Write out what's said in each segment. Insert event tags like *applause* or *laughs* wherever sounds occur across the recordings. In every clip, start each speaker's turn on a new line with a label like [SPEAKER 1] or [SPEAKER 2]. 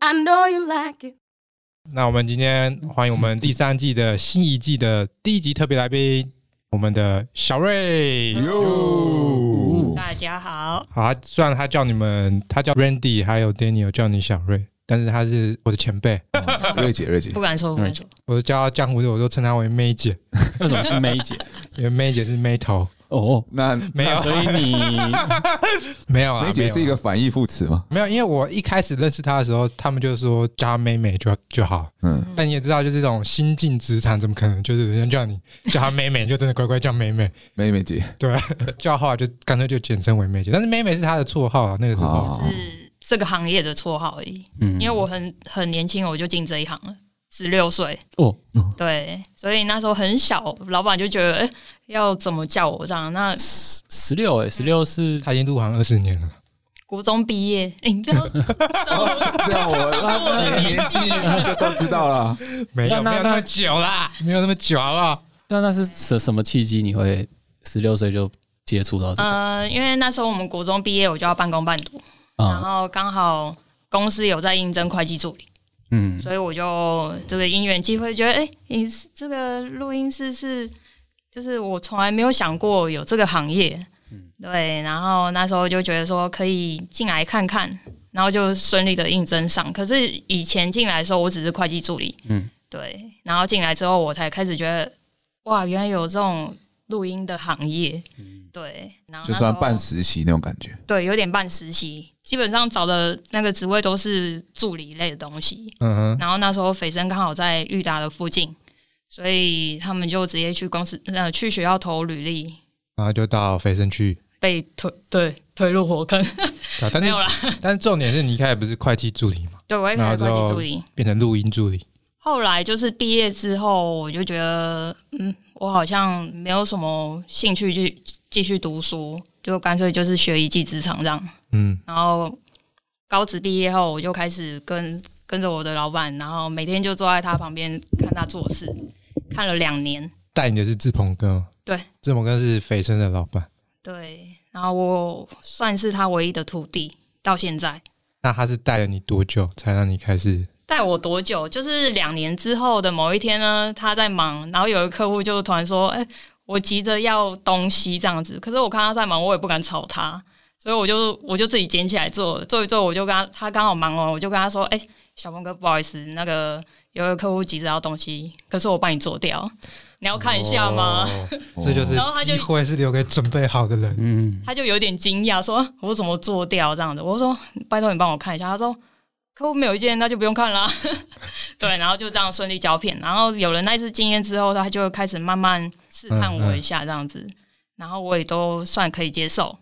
[SPEAKER 1] I know you like it。
[SPEAKER 2] 那我们今天欢迎我们第三季的新一季的第一集特别来宾，我们的小瑞。
[SPEAKER 3] 哟，
[SPEAKER 1] 大家好，
[SPEAKER 2] 好，他虽然他叫你们，他叫 Randy，还有 Daniel 叫你小瑞，但是他是我的前辈，
[SPEAKER 3] 瑞姐，瑞姐
[SPEAKER 1] 不，敢说，不敢说，
[SPEAKER 2] 我都叫他江湖的，我都称他为 May 姐，
[SPEAKER 4] 为什么是梅姐？
[SPEAKER 2] *laughs* 因为 May 姐是 May 头，
[SPEAKER 4] 哦，
[SPEAKER 3] 那
[SPEAKER 2] 没有啊
[SPEAKER 4] 那所以你
[SPEAKER 2] *laughs* 没有啊，
[SPEAKER 3] 梅姐是一
[SPEAKER 2] 个
[SPEAKER 3] 个反义副词吗？
[SPEAKER 2] 没有，因为我一开始认识他的时候，他们就说叫他妹妹就就好，
[SPEAKER 3] 嗯，
[SPEAKER 2] 但你也知道，就是这种新进职场，怎么可能就是人家叫你叫她妹妹，你就真的乖乖叫妹妹？
[SPEAKER 3] 妹妹姐，
[SPEAKER 2] 对，叫后来就干脆就简称为妹姐，但是妹妹是她的绰号啊，那个时候
[SPEAKER 3] 好
[SPEAKER 1] 是这个行业的绰号而已。
[SPEAKER 4] 嗯
[SPEAKER 1] 因为我很很年轻，我就进这一行了，十六岁，
[SPEAKER 4] 哦，
[SPEAKER 2] 嗯
[SPEAKER 1] 对，所以那时候很小，老板就觉得、诶要怎么叫我这样。那
[SPEAKER 4] 十十六哎，十六是
[SPEAKER 1] 嗯
[SPEAKER 2] 她已经入行二十年了。
[SPEAKER 1] 国中毕业，诶你不要
[SPEAKER 3] 这样我那个年纪就都知道了。
[SPEAKER 2] 没有
[SPEAKER 4] 那
[SPEAKER 2] 没有那么
[SPEAKER 4] 那
[SPEAKER 2] 久啦，没有那么久啊好不好？
[SPEAKER 4] 那那是什什么契机？你会十六岁就接触到这个
[SPEAKER 1] 呃，因为那时候我们国中毕业，我就要半工半读，然
[SPEAKER 4] 啊？
[SPEAKER 1] 后刚好公司有在应征会计助理，
[SPEAKER 4] 嗯，
[SPEAKER 1] 所以我就这个因缘机会，觉得哎、诶你是这个录音室是，就是我从来没有想过有这个行业，对，然后那时候就觉得说可以进来看看，然后就顺利的应征上。可是以前进来的时候，我只是会计助理，
[SPEAKER 4] 嗯，
[SPEAKER 1] 对，然后进来之后，我才开始觉得哇，原来有这种录音的行业，对，然
[SPEAKER 3] *laughs*
[SPEAKER 1] 后
[SPEAKER 3] 就
[SPEAKER 1] 那时候
[SPEAKER 3] 算半实习那种感觉，
[SPEAKER 1] 对，有点半实习，基本上找的那个职位都是助理类的东西，
[SPEAKER 2] 嗯
[SPEAKER 1] 然后那时候斐生刚好在裕达的附近，所以他们就直接去公司呃去学校投履历，
[SPEAKER 2] 然后就到肥生去，
[SPEAKER 1] 被推对推入火坑，
[SPEAKER 2] 啊但
[SPEAKER 1] 没
[SPEAKER 2] 是
[SPEAKER 1] *laughs* 有啦。
[SPEAKER 2] 但是重点是你一开始不是会计助理嘛，
[SPEAKER 1] 对，我一开始
[SPEAKER 2] 然
[SPEAKER 1] 会
[SPEAKER 2] 后
[SPEAKER 1] 计
[SPEAKER 2] 之后
[SPEAKER 1] 助理，
[SPEAKER 2] 变成录音助理，
[SPEAKER 1] 后来就是毕业之后，我就觉得嗯，我好像没有什么兴趣去继续读书，就干脆就是学一技之长这样。
[SPEAKER 2] 嗯，
[SPEAKER 1] 然后高职毕业后，我就开始跟跟着我的老板，然后每天就坐在他旁边看他做事，看了两年。
[SPEAKER 2] 带你的是志鹏哥嘛，
[SPEAKER 1] 对，
[SPEAKER 2] 志鹏哥是肥生的老板，
[SPEAKER 1] 对，然后我算是他唯一的徒弟，到现在
[SPEAKER 2] 那他是带了你多久才让你开始？
[SPEAKER 1] 带我多久？就是两年之后的某一天呢，他在忙，然后有一个客户就突然说：“哎、我急着要东西这样子。”可是我看他在忙，我也不敢吵他，所以我就我就自己捡起来做了，做一做，我就跟他他刚好忙完，我就跟他说：“哎、小峰哥，不好意思，那个有一个客户急着要东西，可是我帮你做掉，你要看一下吗？”
[SPEAKER 2] 哦？这就是
[SPEAKER 1] 然后他就
[SPEAKER 2] 机会是留给准备好的人。
[SPEAKER 4] 嗯，
[SPEAKER 1] 他就有点惊讶，说啊我怎么做掉这样子？我说拜托你帮我看一下。他说客户没有意见，那就不用看啦。 *laughs* 对，然后就这样顺利交片。然后有了那一次经验之后，他就开始慢慢试探我一下这样子，然后我也都算可以接受。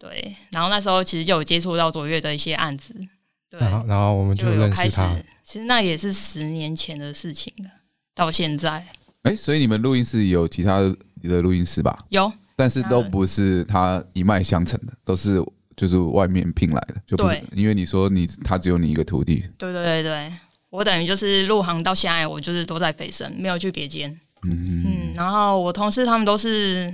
[SPEAKER 1] 对，然后那时候其实就有接触到卓越的一些案子，对，
[SPEAKER 2] 然后，然后我们
[SPEAKER 1] 就有
[SPEAKER 2] 认
[SPEAKER 1] 开
[SPEAKER 2] 识
[SPEAKER 1] 始
[SPEAKER 2] 他。。
[SPEAKER 1] 其实那也是十年前的事情了，到现在
[SPEAKER 3] 哎，所以你们录音室有其他的录音室吧？
[SPEAKER 1] 有
[SPEAKER 3] 但是都不是他一脉相承的，都是就是外面聘来的，就不是
[SPEAKER 1] 对
[SPEAKER 3] 因为你说你他只有你一个徒弟，
[SPEAKER 1] 对对对对，我等于就是入行到现在，我就是都在北森，没有去别间。嗯
[SPEAKER 3] 嗯，
[SPEAKER 1] 然后我同事他们都是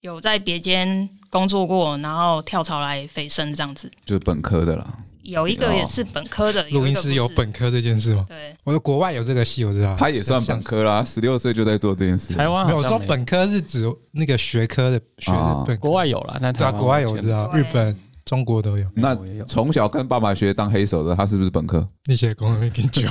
[SPEAKER 1] 有在别间工作过，然后跳槽来北森这样子。
[SPEAKER 3] 就是本科的啦。
[SPEAKER 1] 有一个也是本科的，
[SPEAKER 2] 哦录
[SPEAKER 1] 一
[SPEAKER 2] 音
[SPEAKER 1] 个不
[SPEAKER 2] 师
[SPEAKER 1] 是
[SPEAKER 2] 有本科这件事吗？
[SPEAKER 1] 对
[SPEAKER 2] 我说国外有这个系，我知道。
[SPEAKER 3] 他也算本科啦，十六岁就在做这件事。
[SPEAKER 4] 台湾
[SPEAKER 2] 没有我
[SPEAKER 4] 好像
[SPEAKER 2] 说
[SPEAKER 4] 没有
[SPEAKER 2] 本科是指那个学科的学的
[SPEAKER 3] 哦
[SPEAKER 2] 本科
[SPEAKER 4] 国外有啦，但台
[SPEAKER 2] 对啊，
[SPEAKER 4] 湾
[SPEAKER 2] 国外有我知道，
[SPEAKER 1] 对
[SPEAKER 2] 日本、中国都有
[SPEAKER 4] 美
[SPEAKER 3] 那
[SPEAKER 4] 国也有
[SPEAKER 3] 从小跟爸爸学当黑手的，他是不是本科？
[SPEAKER 2] 那些工人更久。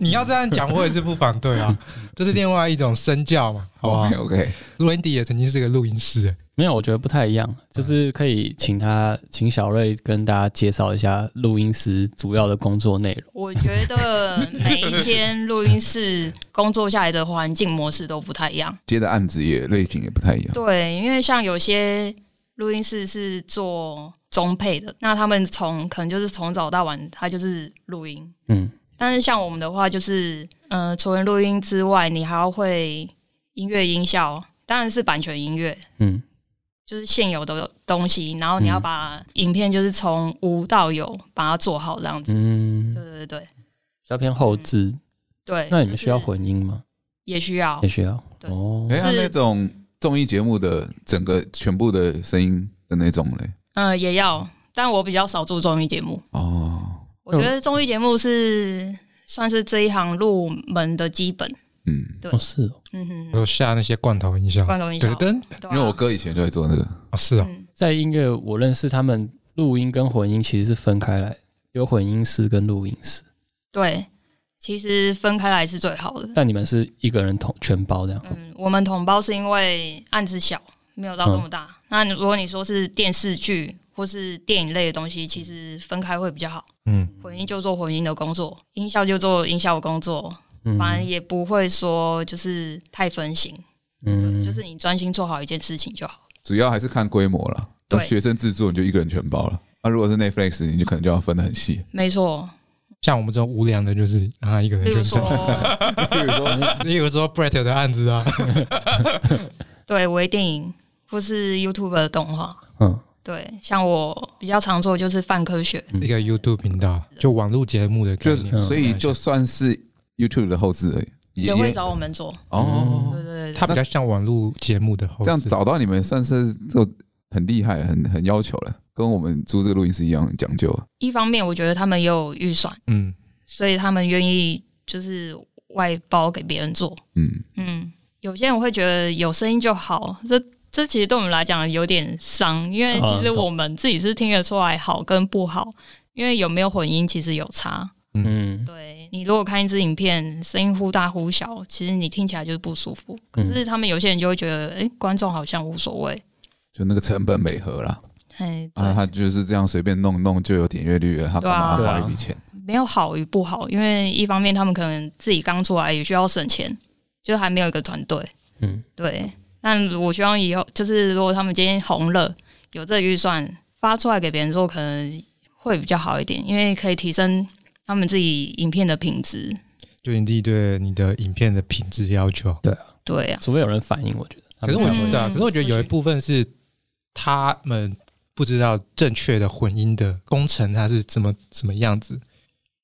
[SPEAKER 2] 你要这样讲，我也是不反对啊，这是另外一种身教嘛，好不好
[SPEAKER 3] OK OK，
[SPEAKER 2] ？Randy 也曾经是个录音师，欸
[SPEAKER 4] 没有，我觉得不太一样，
[SPEAKER 2] 嗯
[SPEAKER 4] 就是可以请他请小瑞跟大家介绍一下录音师主要的工作内容。
[SPEAKER 1] 我觉得每一间录音室工作下来的环境模式都不太一样。
[SPEAKER 2] *laughs*
[SPEAKER 3] 接的案子也类型也不太一样。
[SPEAKER 1] 对，因为像有些录音室是做中配的，那他们从可能就是从早到晚，他就是录音。
[SPEAKER 4] 嗯，
[SPEAKER 1] 但是像我们的话，就是呃，除了录音之外，你还要会音乐音效，当然是版权音乐，
[SPEAKER 4] 嗯，
[SPEAKER 1] 就是现有的东西，然后你要把影片就是从无到有把它做好这样子。
[SPEAKER 4] 嗯，
[SPEAKER 1] 对对对
[SPEAKER 4] 比较偏后置。
[SPEAKER 1] 对。
[SPEAKER 4] 那你们
[SPEAKER 1] 就是
[SPEAKER 4] 需要混音吗？
[SPEAKER 1] 也需要
[SPEAKER 4] 也。需要
[SPEAKER 1] 对
[SPEAKER 4] 哦。
[SPEAKER 3] 哎，
[SPEAKER 1] 是
[SPEAKER 3] 他那种综艺节目的整个全部的声音的那种嘞。
[SPEAKER 1] 嗯、也要。但我比较少做综艺节目，
[SPEAKER 3] 哦，
[SPEAKER 1] 我觉得综艺节目是算是这一行入门的基本。
[SPEAKER 3] 嗯，
[SPEAKER 1] 对
[SPEAKER 4] 哦，是哦，
[SPEAKER 1] 嗯哼哼，
[SPEAKER 2] 有下那些罐头音效，
[SPEAKER 1] 罐头音效
[SPEAKER 2] 噔噔，
[SPEAKER 1] 对啊
[SPEAKER 3] 因为我哥以前就会做那个，
[SPEAKER 2] 哦是啊，
[SPEAKER 1] 嗯
[SPEAKER 4] 在音乐我认识他们录音跟混音其实是分开来，有混音师跟录音师，
[SPEAKER 1] 对，其实分开来是最好的。
[SPEAKER 4] 但你们是一个人统全包这样。
[SPEAKER 1] 嗯，我们统包是因为案子小，没有到这么大。那如果你说是电视剧或是电影类的东西，其实分开会比较好。
[SPEAKER 2] 嗯，
[SPEAKER 1] 混音就做混音的工作，音效就做音效的工作，
[SPEAKER 4] 嗯
[SPEAKER 1] 反正也不会说就是太分心，
[SPEAKER 4] 嗯
[SPEAKER 1] 就是你专心做好一件事情就好。
[SPEAKER 3] 主要还是看规模了。
[SPEAKER 1] 对
[SPEAKER 3] 学生制作你就一个人全包了，那如果是 Netflix，你就可能就要分得很 *laughs* 细。
[SPEAKER 1] 没错，
[SPEAKER 2] 像我们这种无良的，就是让他一个人
[SPEAKER 1] 例如
[SPEAKER 2] 全
[SPEAKER 1] *laughs* 说
[SPEAKER 2] 身。，比如说，例如说 Brett 的案子啊，
[SPEAKER 1] 对微电影或是 YouTube 的动画，
[SPEAKER 4] 嗯，
[SPEAKER 1] 对，像我比较常做的就是泛科学，
[SPEAKER 2] 一个 YouTube 频道，就网络节目的概
[SPEAKER 3] 就
[SPEAKER 2] 念，
[SPEAKER 3] 是所以就算是 YouTube 的后置而已，
[SPEAKER 1] 也嗯会找我们做。
[SPEAKER 3] 哦。
[SPEAKER 1] 对对对
[SPEAKER 2] 它比较像网络节目的后置
[SPEAKER 3] 这样找到你们算是就很厉害，很很要求了，跟我们租这个录音室一样很讲究啊。
[SPEAKER 1] 一方面我觉得他们也有预算，
[SPEAKER 2] 嗯，
[SPEAKER 1] 所以他们愿意就是外包给别人做。
[SPEAKER 3] 嗯，
[SPEAKER 1] 嗯，有些人会觉得有声音就好，这这其实对我们来讲有点伤，因为其实
[SPEAKER 4] 嗯懂
[SPEAKER 1] 我们自己是听得出来好跟不好，因为有没有混音其实有差。
[SPEAKER 4] 嗯，
[SPEAKER 1] 对你如果看一支影片，声音忽大忽小，其实你听起来就是不舒服。
[SPEAKER 4] 嗯
[SPEAKER 1] 可是他们有些人就会觉得，哎、观众好像无所谓。
[SPEAKER 3] 就那个成本美合啦，
[SPEAKER 1] 哎，对，
[SPEAKER 3] 啊，他就是这样随便弄弄就有点阅率了，他干嘛
[SPEAKER 1] 对
[SPEAKER 3] 花
[SPEAKER 4] 啊
[SPEAKER 3] 一笔钱？
[SPEAKER 1] 没有好与不好，因为一方面他们可能自己刚出来也需要省钱，就还没有一个团队。
[SPEAKER 4] 嗯，
[SPEAKER 1] 对，但我希望以后就是如果他们今天红了，有这个预算发出来给别人做，可能会比较好一点，因为可以提升他们自己影片的品质。
[SPEAKER 2] 就你自己对你的影片的品质要求。
[SPEAKER 1] 对啊，
[SPEAKER 4] 除非有人反映，我觉得。
[SPEAKER 2] 可是我
[SPEAKER 1] 才
[SPEAKER 2] 觉
[SPEAKER 1] 会
[SPEAKER 2] 得啊，
[SPEAKER 1] 嗯
[SPEAKER 2] 可是我觉得有一部分是他们不知道正确的混音的工程它是怎么什么样子。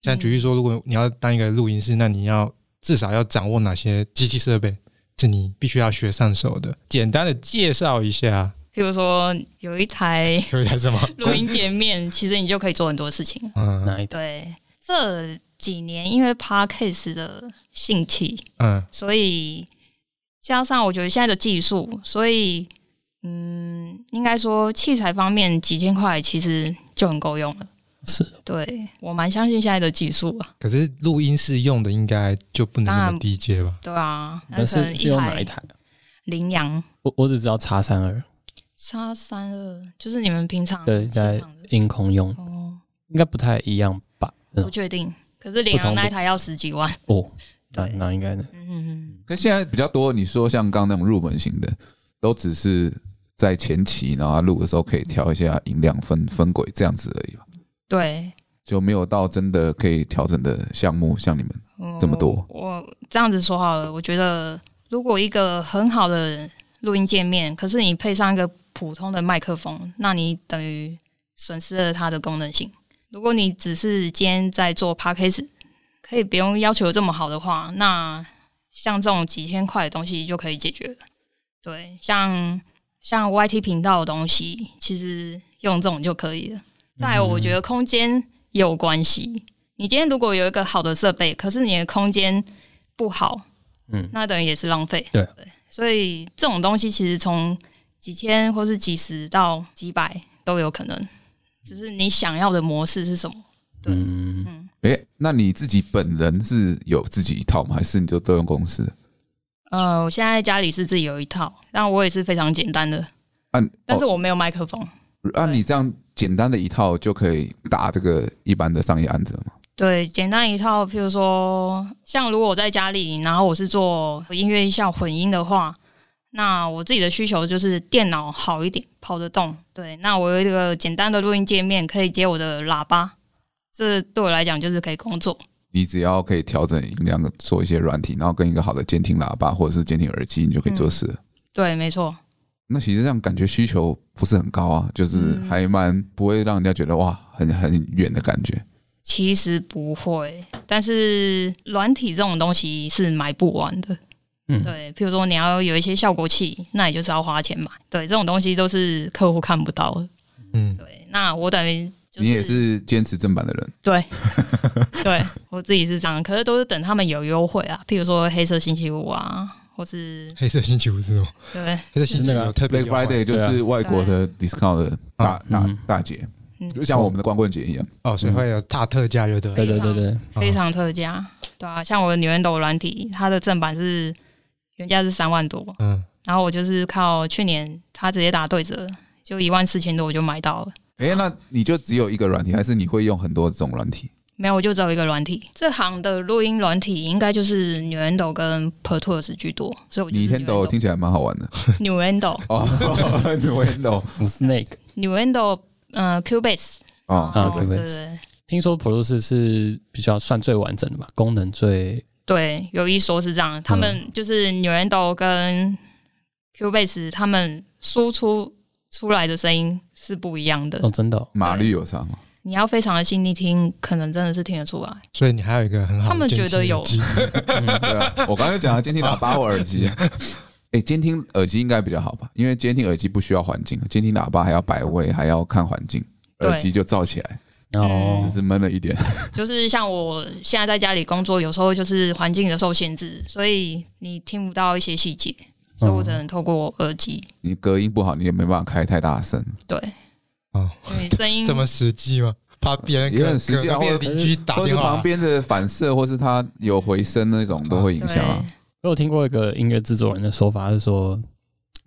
[SPEAKER 2] 像举例说，如果你要当一个录音师，那你要至少要掌握哪些机器设备是你必须要学上手的。简单的介绍一下，
[SPEAKER 1] 譬如说有一台
[SPEAKER 2] 有一台什么？
[SPEAKER 1] 录音界面，其实你就可以做很多事情。
[SPEAKER 2] 嗯
[SPEAKER 4] 哪一代？
[SPEAKER 1] 对，这几年因为 Podcast 的兴起，
[SPEAKER 2] 嗯，
[SPEAKER 1] 所以加上我觉得现在的技术，所以嗯，应该说器材方面几千块其实就很够用了。
[SPEAKER 4] 是
[SPEAKER 1] 对我蛮相信现在的技术啊，
[SPEAKER 2] 可是录音室用的应该就不能那
[SPEAKER 1] 当
[SPEAKER 2] 么
[SPEAKER 1] 然
[SPEAKER 2] 低阶吧？
[SPEAKER 1] 对啊，
[SPEAKER 4] 那
[SPEAKER 1] 可能
[SPEAKER 4] 是是用哪
[SPEAKER 1] 台
[SPEAKER 4] 一台？啊
[SPEAKER 1] 羚羊
[SPEAKER 4] 我我只知道叉三二，
[SPEAKER 1] 哦叉三二，就是你们平常
[SPEAKER 4] 对，
[SPEAKER 1] 市
[SPEAKER 4] 在
[SPEAKER 1] 场的
[SPEAKER 4] 音控用，
[SPEAKER 1] 哦，
[SPEAKER 4] 应该不太一样吧？
[SPEAKER 1] 不确定。可是羚
[SPEAKER 4] 不
[SPEAKER 1] 羊
[SPEAKER 4] 同
[SPEAKER 1] 那一台要十几万，
[SPEAKER 4] 哦，那
[SPEAKER 1] 对
[SPEAKER 4] 那应该的，
[SPEAKER 1] 嗯嗯嗯，
[SPEAKER 3] 可现在比较多，你说像刚刚那种入门型的，都只是在前期，然后他录的时候可以调一下音量分分轨这样子而已吧，
[SPEAKER 1] 对。
[SPEAKER 3] 就没有到真的可以调整的项目，像你们
[SPEAKER 1] 嗯
[SPEAKER 3] 这么多
[SPEAKER 1] 我我这样子说好了，我觉得如果一个很好的录音界面，可是你配上一个普通的麦克风，那你等于损失了它的功能性。如果你只是今天在做 podcast，可以不用要求这么好的话，那像这种几千块的东西就可以解决了。对，像像 YT 频道的东西，其实用这种就可以了。再来，我觉得空间也有关系。你今天如果有一个好的设备，可是你的空间不好，
[SPEAKER 4] 嗯，
[SPEAKER 1] 那等于也是浪费。
[SPEAKER 4] 对，
[SPEAKER 1] 所以这种东西其实从几千或是几十到几百都有可能，只是你想要的模式是什么。对
[SPEAKER 4] 嗯，
[SPEAKER 1] 嗯，
[SPEAKER 3] 诶、那你自己本人是有自己一套吗？还是你就都用公司的？
[SPEAKER 1] 呃，我现在家里是自己有一套，但我也是非常简单的，
[SPEAKER 3] 按、
[SPEAKER 1] 但是
[SPEAKER 3] 哦，
[SPEAKER 1] 我没有麦克风。
[SPEAKER 3] 按、哦啊你这样简单的一套就可以打这个一般的商业案子了吗？
[SPEAKER 1] 对，简单一套，譬如说，像如果我在家里，然后我是做音乐音效混音的话，那我自己的需求就是电脑好一点，跑得动。对，那我有一个简单的录音界面，可以接我的喇叭，这对我来讲就是可以工作。
[SPEAKER 3] 你只要可以调整音量，做一些软体，然后跟一个好的监听喇叭或者是监听耳机，你就可以
[SPEAKER 1] 嗯
[SPEAKER 3] 做事了。
[SPEAKER 1] 对，没错，
[SPEAKER 3] 那其实这样感觉需求不是很高啊，就是
[SPEAKER 1] 嗯
[SPEAKER 3] 还蛮不会让人家觉得哇很很远的感觉。
[SPEAKER 1] 其实不会，但是软体这种东西是买不完的。
[SPEAKER 4] 嗯
[SPEAKER 1] 对，譬如说你要有一些效果器，那你就是要花钱买。对，这种东西都是客户看不到的。
[SPEAKER 2] 嗯，
[SPEAKER 1] 对，那我等于就
[SPEAKER 3] 你也是坚持正版的人，
[SPEAKER 1] 对，对我自己是这样，可是都是等他们有优惠啊，譬如说黑色星期五啊，或是
[SPEAKER 2] 黑色星期五是吗？
[SPEAKER 1] 对，
[SPEAKER 2] 黑色星期五
[SPEAKER 4] 那个
[SPEAKER 2] 有啊特别
[SPEAKER 3] Black
[SPEAKER 2] 优惠
[SPEAKER 3] Friday 就是外国的 discount 的大
[SPEAKER 4] 嗯
[SPEAKER 3] 大
[SPEAKER 4] 嗯
[SPEAKER 3] 大节，
[SPEAKER 1] 嗯
[SPEAKER 3] 就像我们的光棍节一样。
[SPEAKER 2] 哦，所以会有大特价，就对
[SPEAKER 4] 对
[SPEAKER 2] 了。
[SPEAKER 4] 对对对，
[SPEAKER 1] 非
[SPEAKER 3] 哦
[SPEAKER 1] 常特价，对啊，像我的牛人斗软体，它的正版是原价是三万多，
[SPEAKER 2] 嗯，
[SPEAKER 1] 然后我就是靠去年它直接打对折，就一万四千多我就买到了。
[SPEAKER 3] 哎、那你就只有一个软体，还是你会用很多种软体？
[SPEAKER 1] 没有，我就只有一个软体。这行的录音软体应该就是女 n 斗跟 Per Tools 居多，所以我
[SPEAKER 3] 你 Nintendo
[SPEAKER 1] Nintendo
[SPEAKER 3] 听起来蛮好玩的
[SPEAKER 1] 女 n 斗
[SPEAKER 3] 哦 *laughs* ，Nintendo
[SPEAKER 4] 嗯 Snake。
[SPEAKER 1] 女 n 斗，嗯 q b a s e
[SPEAKER 3] 哦
[SPEAKER 4] 啊，
[SPEAKER 1] 对
[SPEAKER 2] 嗯
[SPEAKER 4] Cubase
[SPEAKER 1] 对对
[SPEAKER 4] 听说 Pro 是是比较算最完整的吧，功能最
[SPEAKER 1] 对，有一说是这样，他们就是女 n 斗跟 q b a s e 他们输出出来的声音是不一样的。
[SPEAKER 4] 哦，真的哦、
[SPEAKER 3] 马力有啥吗？
[SPEAKER 1] 你要非常的细腻听，可能真的是听得出来。
[SPEAKER 2] 所以你还有一个很好的
[SPEAKER 1] 他们觉得有
[SPEAKER 2] 监
[SPEAKER 1] *laughs*
[SPEAKER 2] 听耳机
[SPEAKER 4] 嗯
[SPEAKER 3] 对啊，我刚才讲了监听喇叭或耳机。哎、监听耳机应该比较好吧？因为监听耳机不需要环境，监听喇叭还要摆位，还要看环境，
[SPEAKER 1] 对
[SPEAKER 3] 耳机就罩起来，
[SPEAKER 4] 哦，
[SPEAKER 1] 嗯
[SPEAKER 3] 只是闷了一点。
[SPEAKER 1] 就是像我现在在家里工作，有时候就是环境的受限制，所以你听不到一些细节，所以
[SPEAKER 3] 嗯
[SPEAKER 4] 嗯
[SPEAKER 1] 我只能透过耳机。
[SPEAKER 3] 你隔音不好，你也没办法开太大声。 *laughs*
[SPEAKER 1] 对，
[SPEAKER 2] 哦，
[SPEAKER 1] 因为声音
[SPEAKER 2] 这么实际吗？怕别人
[SPEAKER 3] 也很
[SPEAKER 2] 可
[SPEAKER 3] 实际啊
[SPEAKER 2] 可能被
[SPEAKER 3] 或
[SPEAKER 2] 邻居打
[SPEAKER 3] 或是
[SPEAKER 2] 电话
[SPEAKER 3] 旁，边的反射，或是它有回声那种，都会影响啊。
[SPEAKER 4] 我有听过一个音乐制作人的说法是说，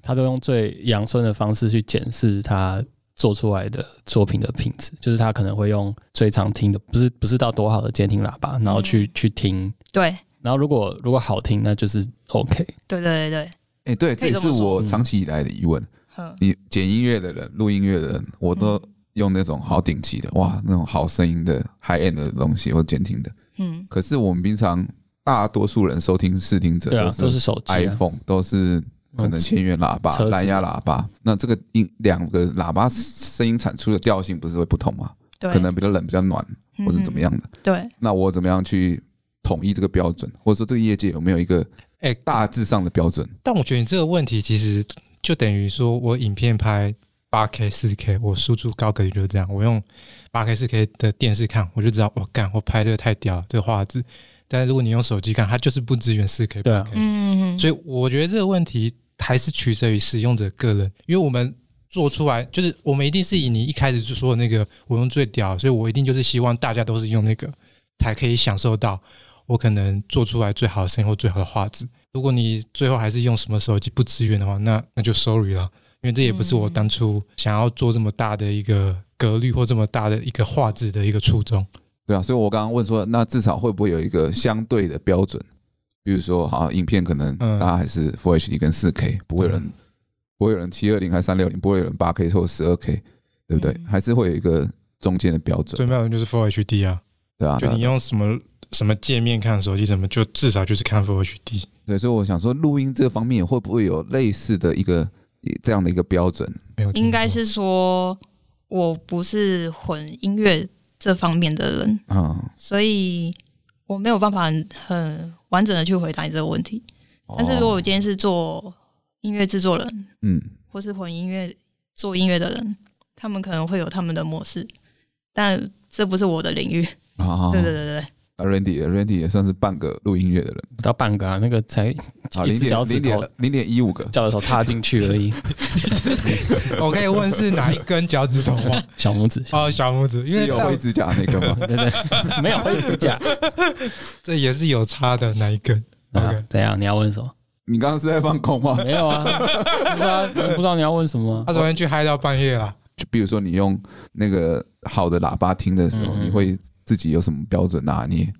[SPEAKER 4] 他都用最阳春的方式去检视他做出来的作品的品质，就是他可能会用最常听的，不是不是到多好的监听喇叭，然后去、
[SPEAKER 1] 嗯
[SPEAKER 4] 去听，
[SPEAKER 1] 对
[SPEAKER 4] 然后如果如果好听，那就是 OK。
[SPEAKER 1] 对对对对，
[SPEAKER 3] 哎、对，
[SPEAKER 1] 可
[SPEAKER 3] 这
[SPEAKER 1] 以
[SPEAKER 3] 也
[SPEAKER 1] 这
[SPEAKER 3] 是
[SPEAKER 1] 么说
[SPEAKER 3] 我
[SPEAKER 4] 嗯
[SPEAKER 3] 长期以来的疑问。
[SPEAKER 1] 嗯，
[SPEAKER 3] 你剪音乐的人、录音乐的人，我都用那种好顶级的，哇，那种好声音的 high end 的东西，或监听的。
[SPEAKER 1] 嗯，
[SPEAKER 3] 可是我们平常大多数人收听试听者
[SPEAKER 4] 对啊，
[SPEAKER 3] 都
[SPEAKER 4] 都
[SPEAKER 3] 是
[SPEAKER 4] 是手机、啊，嗯
[SPEAKER 3] iPhone，都是
[SPEAKER 2] 嗯
[SPEAKER 3] 可能千元喇叭
[SPEAKER 4] 车、子
[SPEAKER 3] 蓝牙喇叭。那这个音两个喇叭声音产出的调性不是会不同吗？
[SPEAKER 1] 对，
[SPEAKER 3] 可能比较冷、比较暖，或是怎么样的。
[SPEAKER 1] 嗯？对，
[SPEAKER 3] 那我怎么样去统一这个标准，或者说这个业界有没有一个
[SPEAKER 2] 哎
[SPEAKER 3] 大致上的标准？
[SPEAKER 2] 但我觉得你这个问题其实就等于说我影片拍八 K、四 K，我输出高格局就是这样，我用八 K、四 K 的电视看，我就知道我干，我拍这个太屌了，这个画质。但是如果你用手机看，它就是不支援四 K。
[SPEAKER 4] 对啊
[SPEAKER 1] 嗯，嗯
[SPEAKER 2] 所以我觉得这个问题还是取决于使用者个人，因为我们做出来就是我们一定是以你一开始就说的那个我用最屌，所以我一定就是希望大家都是用那个才可以享受到我可能做出来最好的声音或最好的画质。如果你最后还是用什么手机不支援的话，那那就 sorry 了，因为这也不是我当初想要做这么大的一个格律或这么大的一个画质的一个初衷。
[SPEAKER 3] 对啊，所以我刚刚问说，那至少会不会有一个相对的标准？比如说，好，影片可能
[SPEAKER 2] 嗯
[SPEAKER 3] 大家还是 Full HD 跟四 K，不会有人不会有人七二零还三六零，不会有人八 K 或十二 K，对不对
[SPEAKER 1] 嗯？
[SPEAKER 3] 还是会有一个中间的标
[SPEAKER 2] 最
[SPEAKER 3] 准，
[SPEAKER 2] 妙的就是 Full HD 啊，
[SPEAKER 3] 对啊，
[SPEAKER 2] 就
[SPEAKER 3] 对啊
[SPEAKER 2] 你用什么什么界面看手机，什么就至少就是看 Full HD。
[SPEAKER 3] 对，所以我想说，录音这方面会不会有类似的一个这样的一个标准？
[SPEAKER 2] 没有听过，
[SPEAKER 1] 嗯应该是说我不是混音乐这方面的人，
[SPEAKER 3] 嗯，
[SPEAKER 1] 所以我没有办法很很完整的去回答你这个问题。但是如果我
[SPEAKER 3] 哦
[SPEAKER 1] 今天是做音乐制作人，
[SPEAKER 3] 嗯，
[SPEAKER 1] 或是混音乐做音乐的人，他们可能会有他们的模式，但这不是我的领域。
[SPEAKER 3] 啊，
[SPEAKER 1] 对对对对，
[SPEAKER 3] 啊，Randy Randy 也算是半个录音乐的人，
[SPEAKER 4] 不到半个啊，那个才
[SPEAKER 3] 啊，
[SPEAKER 4] 一
[SPEAKER 3] 零
[SPEAKER 4] 只脚
[SPEAKER 3] 点
[SPEAKER 4] 趾
[SPEAKER 3] 零
[SPEAKER 4] 头
[SPEAKER 3] 点零点一五个，
[SPEAKER 4] 脚趾头踏进去而
[SPEAKER 3] *laughs*
[SPEAKER 4] 已，
[SPEAKER 2] 我可以问是哪一根脚趾头吗？
[SPEAKER 4] 小拇指，
[SPEAKER 2] 哦，小拇指，因
[SPEAKER 3] 是
[SPEAKER 2] 为
[SPEAKER 3] 有
[SPEAKER 2] 到
[SPEAKER 3] 灰指甲那个吗？ *laughs*
[SPEAKER 4] 对对，没有灰指甲
[SPEAKER 2] 这也是有差的哪一根？
[SPEAKER 4] 啊
[SPEAKER 2] OK？
[SPEAKER 4] 怎样？你要问什么？
[SPEAKER 3] 你刚刚是在放空吗？ *laughs*
[SPEAKER 4] 没有啊， *laughs* 不知道不知道你要问什么啊
[SPEAKER 2] 他。昨天去嗨到半夜啊啦，
[SPEAKER 3] 就比如说你用那个好的喇叭听的时候，
[SPEAKER 4] 嗯嗯
[SPEAKER 3] 你会自己有什么标准拿捏？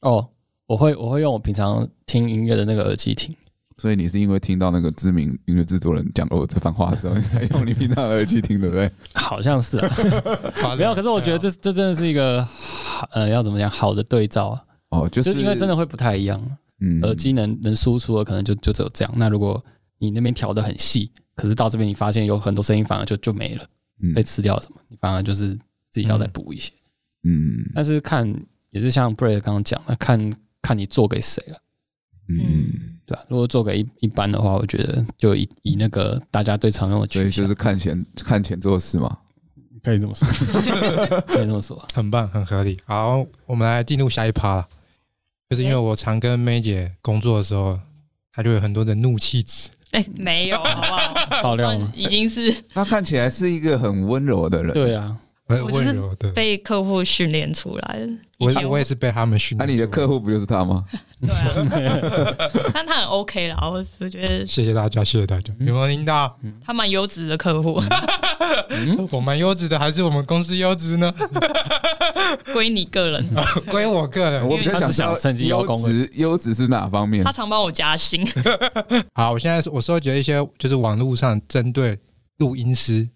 [SPEAKER 4] 哦，我会我会用我平常听音乐的那个耳机听，
[SPEAKER 3] 所以你是因为听到那个知名音乐制作人讲过这番话之后，你才用你平常的耳机听，对不对？
[SPEAKER 4] 好像是啊， *laughs* 没有。可是我觉得这这真的是一个好呃，要怎么讲好的对照啊，
[SPEAKER 3] 哦，就
[SPEAKER 4] 就是是因为真的会不太一样，
[SPEAKER 3] 嗯
[SPEAKER 4] 耳机能能输出的可能就就只有这样。那如果你那边调的很细，可是到这边你发现有很多声音反而就就没了，
[SPEAKER 3] 嗯
[SPEAKER 4] 被吃掉了什么，你反而就是自己要再补一些。
[SPEAKER 3] 嗯
[SPEAKER 4] 但是看也是像 Bray 刚刚讲，那看看你做给谁了。
[SPEAKER 3] 嗯，
[SPEAKER 1] 嗯，
[SPEAKER 4] 对吧、如果做给一一般的话，我觉得就以以那个大家最常用的
[SPEAKER 3] 所
[SPEAKER 4] 取
[SPEAKER 3] 以
[SPEAKER 4] 向
[SPEAKER 3] 就是看钱看钱做事嘛。
[SPEAKER 4] 可以这么 *laughs* 说，可以这么说。
[SPEAKER 2] 啊很棒，很合理。好，我们来进入下一趴了，就是因为我常跟 May 姐工作的时候，她就有很多的怒气值。
[SPEAKER 1] 哎，没有，好不好？
[SPEAKER 4] *laughs* 爆料
[SPEAKER 1] 算
[SPEAKER 4] 吗？
[SPEAKER 1] 已经是
[SPEAKER 3] 他看起来是一个很温柔的人，
[SPEAKER 4] 对啊，
[SPEAKER 2] 很
[SPEAKER 1] 就是
[SPEAKER 2] 温柔的，
[SPEAKER 1] 被客户训练出来的。
[SPEAKER 2] 我
[SPEAKER 1] 以前
[SPEAKER 2] 我也是被他们训
[SPEAKER 3] 那、
[SPEAKER 2] 练出来。
[SPEAKER 3] 啊你的客户不就是他吗？
[SPEAKER 1] 对啊， *laughs* 但他很 OK 啦，我我觉得
[SPEAKER 2] 谢谢大家，谢谢大家，有没有听到？
[SPEAKER 1] 他蛮优质的客
[SPEAKER 2] 嗯
[SPEAKER 1] 户，
[SPEAKER 2] 我们优质的还是我们公司优质呢？
[SPEAKER 1] 归你个人。
[SPEAKER 2] 归我个人。
[SPEAKER 3] 我比较
[SPEAKER 4] 他只
[SPEAKER 3] 想
[SPEAKER 4] 想趁
[SPEAKER 3] 知
[SPEAKER 4] 机
[SPEAKER 3] 道
[SPEAKER 4] 邀
[SPEAKER 3] 优
[SPEAKER 4] 功而
[SPEAKER 3] 质优质是哪方面
[SPEAKER 1] 他？常帮我加薪，
[SPEAKER 2] 好，我现在是我收集了一些就是网络上针对录音师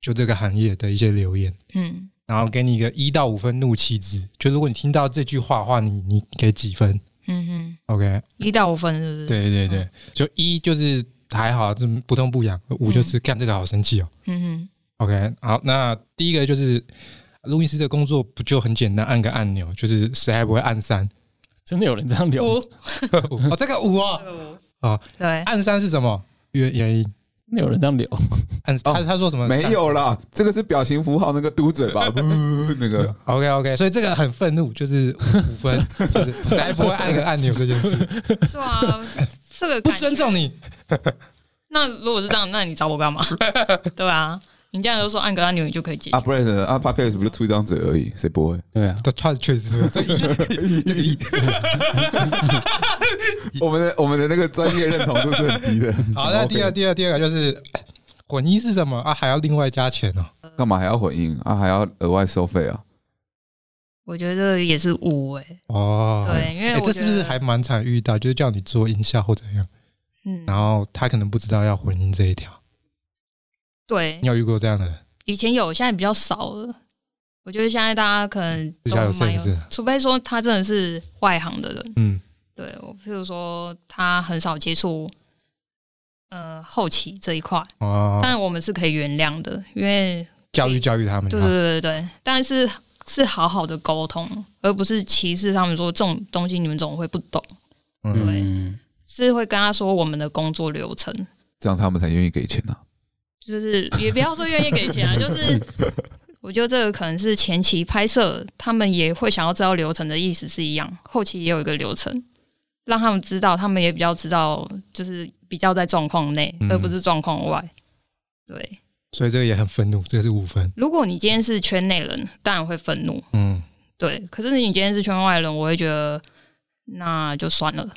[SPEAKER 2] 就这个行业的一些留言，
[SPEAKER 1] 嗯，
[SPEAKER 2] 然后给你一个一到五分怒气值，就如果你听到这句话的话，你你给几分
[SPEAKER 1] 嗯哼，
[SPEAKER 2] ？OK，
[SPEAKER 1] 一到五分是不是？，
[SPEAKER 2] 对对对，就一就是还好，这么不痛不痒；五
[SPEAKER 3] 嗯
[SPEAKER 2] 就是干这个好生气哦。
[SPEAKER 1] 嗯哼，
[SPEAKER 2] OK，好，那第一个就是录音师的工作不就很简单，按个按钮，就是谁还不会按三？ *laughs*
[SPEAKER 4] 真的有人这样留，
[SPEAKER 1] 五
[SPEAKER 2] 哦，这个五哦，哦，
[SPEAKER 1] 对，
[SPEAKER 2] 按三是什么？原原因
[SPEAKER 4] 真的有人这样留。
[SPEAKER 2] 按
[SPEAKER 3] 哦
[SPEAKER 2] 他他说什么？
[SPEAKER 3] 没有啦，这个是表情符号那个嘟嘴巴，不那个
[SPEAKER 2] OK OK，所以这个很愤怒，就是五 *laughs* 分，就是谁不会按个按钮这件事，
[SPEAKER 1] 对啊，这
[SPEAKER 2] *laughs*
[SPEAKER 1] 个
[SPEAKER 2] 不
[SPEAKER 1] 感觉
[SPEAKER 2] 尊重你。
[SPEAKER 1] 那如果是这样，那你找我干
[SPEAKER 2] *laughs*
[SPEAKER 1] 嘛？对啊，你这样就说按个按钮你就可以解决。
[SPEAKER 3] 啊，不是啊 p a c k a g e 不就出一张嘴而已，谁不会？
[SPEAKER 4] 对啊，
[SPEAKER 2] 他他确实是这一这个一，
[SPEAKER 3] 我们的我们的那个专业认同度是很低的。
[SPEAKER 2] 好，那第二
[SPEAKER 3] OK
[SPEAKER 2] 第二第二个就是哎混音是什么啊？还要另外加钱哦。
[SPEAKER 3] *laughs* 干嘛还要混音啊？还要额外收费啊？
[SPEAKER 1] 我觉得也是五哎、
[SPEAKER 2] 哦，
[SPEAKER 1] 对，因为
[SPEAKER 2] 哎
[SPEAKER 1] 我
[SPEAKER 2] 这
[SPEAKER 1] 觉
[SPEAKER 2] 是不是
[SPEAKER 1] 得
[SPEAKER 2] 还蛮常遇到？就是叫你做音效或怎样，
[SPEAKER 1] 嗯
[SPEAKER 2] 然后他可能不知道要混音这一条。
[SPEAKER 1] 对
[SPEAKER 2] 你有遇过这样的人？
[SPEAKER 1] 以前有，现在比较少了。我觉得现在大家可能
[SPEAKER 2] 比较有
[SPEAKER 1] 都蛮
[SPEAKER 2] sense
[SPEAKER 1] 除非说他真的是外行的人。
[SPEAKER 2] 嗯，
[SPEAKER 1] 对我，譬如说他很少接触呃后期这一块，
[SPEAKER 2] 哦，
[SPEAKER 1] 但我们是可以原谅的，因为
[SPEAKER 2] 教育教育他们
[SPEAKER 1] 对
[SPEAKER 2] 啊
[SPEAKER 1] 对对对对，但是是好好的沟通，而不是歧视他们说这种东西你们总会不懂，
[SPEAKER 2] 嗯，
[SPEAKER 1] 对
[SPEAKER 4] 嗯，
[SPEAKER 1] 是会跟他说我们的工作流程，
[SPEAKER 3] 这样他们才愿意给钱啊。
[SPEAKER 1] 就是也不要说愿意给钱
[SPEAKER 2] *laughs*
[SPEAKER 1] 啊，就是我觉得这个可能是前期拍摄，他们也会想要知道流程的意思是一样，后期也有一个流程，让他们知道，他们也比较知道，就是比较在状况内，
[SPEAKER 2] 嗯
[SPEAKER 1] 而不是状况外。对，
[SPEAKER 2] 所以这个也很愤怒，这个是五分。
[SPEAKER 1] 如果你今天是圈内人，当然会愤怒，
[SPEAKER 2] 嗯，
[SPEAKER 1] 对。可是你今天是圈外人，我会觉得那就算了，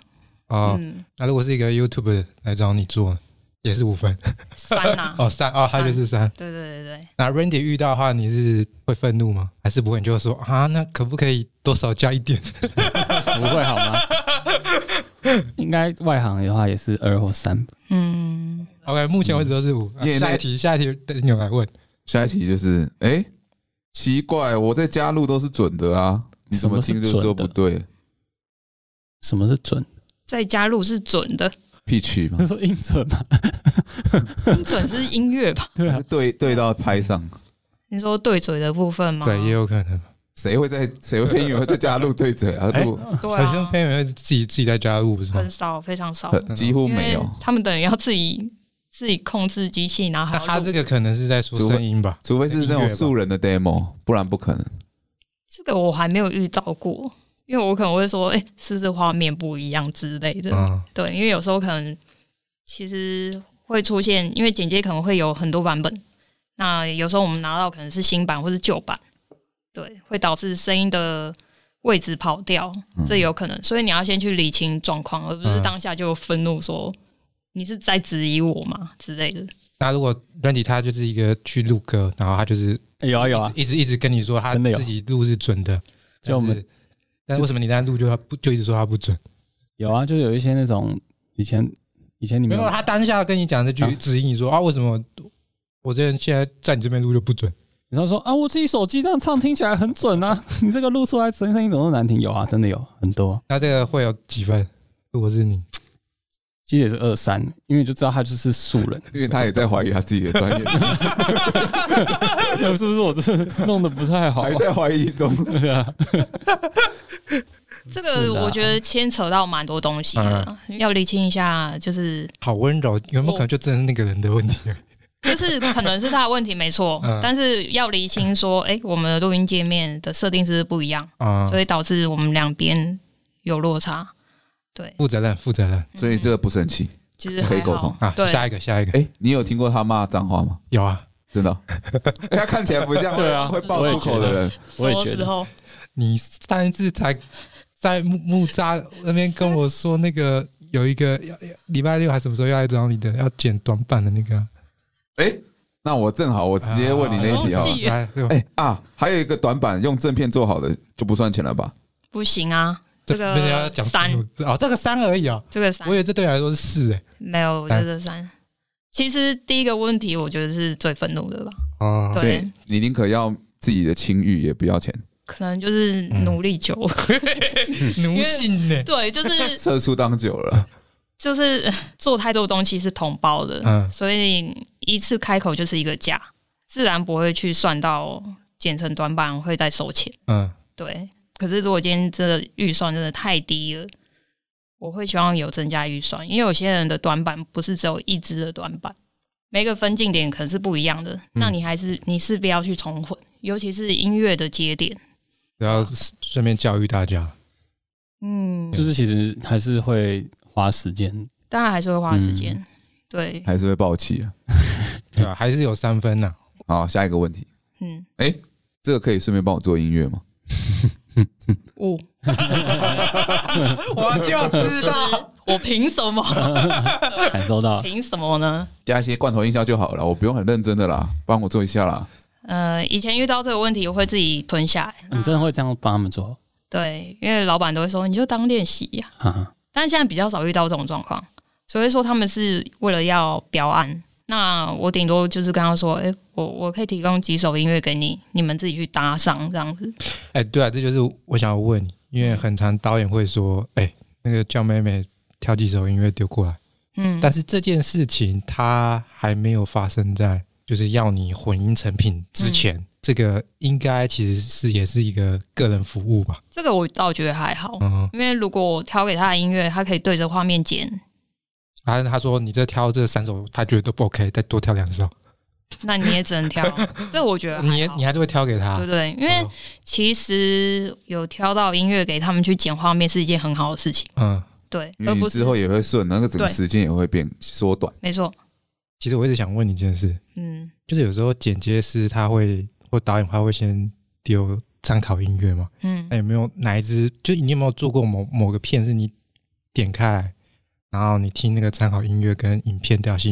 [SPEAKER 2] 哦，
[SPEAKER 1] 嗯，
[SPEAKER 2] 那如果是一个 YouTube 来找你做，也是五分。
[SPEAKER 1] 删啦、
[SPEAKER 2] 哦，三哦，他就是三。
[SPEAKER 1] 对对对对，
[SPEAKER 2] 那 Randy 遇到的话，你是会愤怒吗？还是不会？你就说啊，那可不可以多少加一点？
[SPEAKER 4] 不会好吗？应该外行的话也是二或三吧。
[SPEAKER 1] 嗯，
[SPEAKER 2] *laughs* OK，目前为止都是五。
[SPEAKER 4] 嗯
[SPEAKER 2] 啊
[SPEAKER 3] 业内
[SPEAKER 2] 下一题，下一题等你们来问。
[SPEAKER 3] 下一题就是，哎、奇怪，我在加入都是准的啊，你怎么听就说不对
[SPEAKER 4] 什么是准？
[SPEAKER 1] 再加入是准的，
[SPEAKER 3] ？Peach 吗
[SPEAKER 4] 他？说音准吗？
[SPEAKER 1] 准是音乐吧？
[SPEAKER 4] *laughs* 对啊
[SPEAKER 3] 是，对对到拍上，
[SPEAKER 1] 你说对嘴的部分吗？
[SPEAKER 2] 对，也有可能。
[SPEAKER 3] 谁会在谁会配音会在加入对
[SPEAKER 4] *laughs*
[SPEAKER 3] 嘴啊？
[SPEAKER 2] 哎
[SPEAKER 3] 录、
[SPEAKER 1] 对
[SPEAKER 2] 好像
[SPEAKER 1] 啊
[SPEAKER 2] 朋，友会自己自己在加入，不是吗
[SPEAKER 1] 很？少，非常少，
[SPEAKER 3] 很几乎
[SPEAKER 1] 因
[SPEAKER 3] 没
[SPEAKER 1] 为
[SPEAKER 2] 哦
[SPEAKER 3] 有，
[SPEAKER 1] 他们等于要自己自己控制机器，然后
[SPEAKER 2] 那
[SPEAKER 1] 还要
[SPEAKER 2] 他
[SPEAKER 1] 录
[SPEAKER 2] 这个可能是在说声音吧？
[SPEAKER 3] 除非
[SPEAKER 4] 哎
[SPEAKER 3] 是那
[SPEAKER 2] 音乐
[SPEAKER 3] 种
[SPEAKER 2] 吧
[SPEAKER 3] 素人的 demo，不然不可能。
[SPEAKER 1] 这个我还没有遇到过，因为我可能会说，哎、是不是画面不一样之类的？
[SPEAKER 2] 嗯，
[SPEAKER 1] 对，因为有时候可能其实会出现，因为剪接可能会有很多版本，那有时候我们拿到可能是新版或是旧版，对，会导致声音的位置跑掉，这有可能。所以你要先去理清状况，而不是
[SPEAKER 2] 嗯
[SPEAKER 1] 当下就愤怒说你是在质疑我吗之类的。
[SPEAKER 2] 那如果 Randy 他就是一个去录歌，然后他就是
[SPEAKER 4] 有啊有啊，
[SPEAKER 2] 一直一直跟你说他
[SPEAKER 4] 真的有
[SPEAKER 2] 自己录是准的，
[SPEAKER 4] 就我们
[SPEAKER 2] 但是但是为什么你在录就他不就一直说他不准？
[SPEAKER 4] 有啊，就有一些那种以前以前你
[SPEAKER 2] 没
[SPEAKER 4] 们
[SPEAKER 2] 有，啊他当下跟你讲这句
[SPEAKER 4] 啊
[SPEAKER 2] 指引你说啊，为什么我这人现在在你这边录就不准？
[SPEAKER 4] 你说说啊，我自己手机这样唱听起来很准啊， *laughs* 你这个录出来声声音怎么那么难听？有啊，真的有很多，
[SPEAKER 2] 那这个会有几分？如果是你，
[SPEAKER 4] 其实也是二三，因为你就知道他就是素人，
[SPEAKER 3] 因为他也在怀疑他自己的专业，
[SPEAKER 4] *laughs* 是不是？我这弄得不太好、
[SPEAKER 3] 还在怀疑中。
[SPEAKER 4] *laughs* 对啊，
[SPEAKER 1] 这个我觉得牵扯到蛮多东啊
[SPEAKER 2] 嗯
[SPEAKER 1] 西的，要理清一下，就是
[SPEAKER 3] 嗯
[SPEAKER 2] 好温柔，有没有可能就真的是那个人的问题？
[SPEAKER 1] 就是可能是他的问题没错，
[SPEAKER 2] 嗯
[SPEAKER 1] 但是要厘清说，哎、我们的录音界面的设定是不是不一样，
[SPEAKER 3] 嗯
[SPEAKER 2] 啊，
[SPEAKER 1] 所以导致我们两边有落差。对，
[SPEAKER 2] 负责任，负责任
[SPEAKER 3] 所以这个不生气。
[SPEAKER 1] 其实
[SPEAKER 3] 可以
[SPEAKER 1] 还
[SPEAKER 3] 沟
[SPEAKER 1] 好
[SPEAKER 3] 通
[SPEAKER 2] 啊。
[SPEAKER 1] 对，
[SPEAKER 2] 下一个，下一个，
[SPEAKER 3] 哎，你有听过他骂脏话吗？
[SPEAKER 2] 有啊，
[SPEAKER 3] 真的
[SPEAKER 4] *laughs*
[SPEAKER 3] 哦，哎他看起来不像
[SPEAKER 4] 对啊
[SPEAKER 3] 会爆粗口的人。
[SPEAKER 4] 我也
[SPEAKER 1] 什么
[SPEAKER 4] 觉
[SPEAKER 1] 时
[SPEAKER 4] 得
[SPEAKER 1] 候
[SPEAKER 2] 你上一次才在木木扎那边跟我说，那个有一个要要礼拜六还什么时候要来找你的，要剪短版的那个啊，
[SPEAKER 3] 哎，那我正好，我直接问你那一题
[SPEAKER 1] 啊
[SPEAKER 3] 好
[SPEAKER 1] 好
[SPEAKER 3] 了
[SPEAKER 1] 戏。耶
[SPEAKER 2] 来，对吧
[SPEAKER 3] *laughs* 哎啊，还有一个短板，用正片做好的就不算钱了吧？
[SPEAKER 1] 不行啊？
[SPEAKER 2] 这
[SPEAKER 1] 这
[SPEAKER 2] 边要
[SPEAKER 1] 个
[SPEAKER 2] 讲
[SPEAKER 1] 三，
[SPEAKER 2] 哦，这个三而已哦，
[SPEAKER 1] 这个三
[SPEAKER 2] 我以为这对你来说是四哎，
[SPEAKER 1] 没有，我
[SPEAKER 2] 三
[SPEAKER 1] 觉得三。其实第一个问题，我觉得是最愤怒的吧，
[SPEAKER 2] 哦，
[SPEAKER 1] 对
[SPEAKER 3] 所以你宁可要自己的情欲，也不要
[SPEAKER 1] *laughs*
[SPEAKER 3] 钱。
[SPEAKER 1] 可能就是努力久，
[SPEAKER 2] 奴性呢，
[SPEAKER 1] *laughs* 对，就是
[SPEAKER 3] 社畜当久
[SPEAKER 1] *laughs*
[SPEAKER 3] 了，
[SPEAKER 1] 就是呃做太多东西是同胞的，
[SPEAKER 2] 嗯
[SPEAKER 1] 所以一次开口就是一个价，自然不会去算到剪成短板会再收钱。
[SPEAKER 2] 嗯，
[SPEAKER 1] 对，可是如果今天这个预算真的太低了，我会希望有增加预算，因为有些人的短板不是只有一支的短板，每个分镜点可能是不一样的，
[SPEAKER 2] 嗯
[SPEAKER 1] 那你还是你势必要去重混，尤其是音乐的节点，
[SPEAKER 2] 然后顺便教育大家，
[SPEAKER 1] 嗯，
[SPEAKER 4] 就是其实还是会花时间，
[SPEAKER 1] 当然还是会花时间，
[SPEAKER 4] 嗯
[SPEAKER 1] 对，
[SPEAKER 3] 还是会爆气啊。
[SPEAKER 2] 对吧？还是有三分呐，
[SPEAKER 3] 好，下一个问题，
[SPEAKER 1] 嗯，
[SPEAKER 3] 这个可以顺便帮我做音乐吗？
[SPEAKER 1] 五、
[SPEAKER 2] *laughs* 我就知道，
[SPEAKER 1] 我凭什么？
[SPEAKER 4] 感
[SPEAKER 1] *laughs*
[SPEAKER 4] 受到
[SPEAKER 1] 凭什么呢？
[SPEAKER 3] 加一些罐头音效就好了，我不用很认真的啦，帮我做一下啦。
[SPEAKER 1] 呃，以前遇到这个问题，我会自己吞下来。
[SPEAKER 4] 你真的会这样帮他们做，
[SPEAKER 1] 对，因为老板都会说你就当练习呀、
[SPEAKER 4] 哈哈，
[SPEAKER 1] 但现在比较少遇到这种状况，所以说他们是为了要标案。那我顶多就是跟他说，哎、我我可以提供几首音乐给你，你们自己去搭上这样子。
[SPEAKER 2] 哎，对啊，这就是我想要问你，因为很常导演会说，哎，那个叫妹妹挑几首音乐丢过来。
[SPEAKER 1] 嗯，
[SPEAKER 2] 但是这件事情它还没有发生在就是要你混音成品之前，
[SPEAKER 1] 嗯
[SPEAKER 2] 这个应该其实是也是一个个人服务吧？
[SPEAKER 1] 这个我倒觉得还好，
[SPEAKER 2] 嗯，
[SPEAKER 1] 因为如果我挑给他的音乐，他可以对着画面剪，
[SPEAKER 2] 然后他说你这挑这三首，他觉得都不 OK，再多挑两首，
[SPEAKER 1] 那你也只
[SPEAKER 2] *laughs*
[SPEAKER 1] 能挑。这我觉得还
[SPEAKER 2] 你也
[SPEAKER 1] 好
[SPEAKER 2] 你还是会嗯挑给他
[SPEAKER 1] 啊对，不对？因为其实有挑到音乐给他们去剪画面是一件很好的事情，
[SPEAKER 2] 嗯，
[SPEAKER 1] 对，
[SPEAKER 3] 因
[SPEAKER 1] 而
[SPEAKER 3] 为你
[SPEAKER 1] 不
[SPEAKER 3] 之
[SPEAKER 1] 是
[SPEAKER 3] 后也会顺，那个整个
[SPEAKER 1] 对
[SPEAKER 3] 时间也会变缩短。
[SPEAKER 1] 没错，
[SPEAKER 2] 其实我一直想问你一件事，
[SPEAKER 1] 嗯，
[SPEAKER 2] 就是有时候剪接师他会或导演他会先丢参考音乐嘛？
[SPEAKER 1] 嗯
[SPEAKER 2] 那，有没有哪一支？就你有没有做过某某个片是你点开来，然后你听那个参考音乐跟影片调性，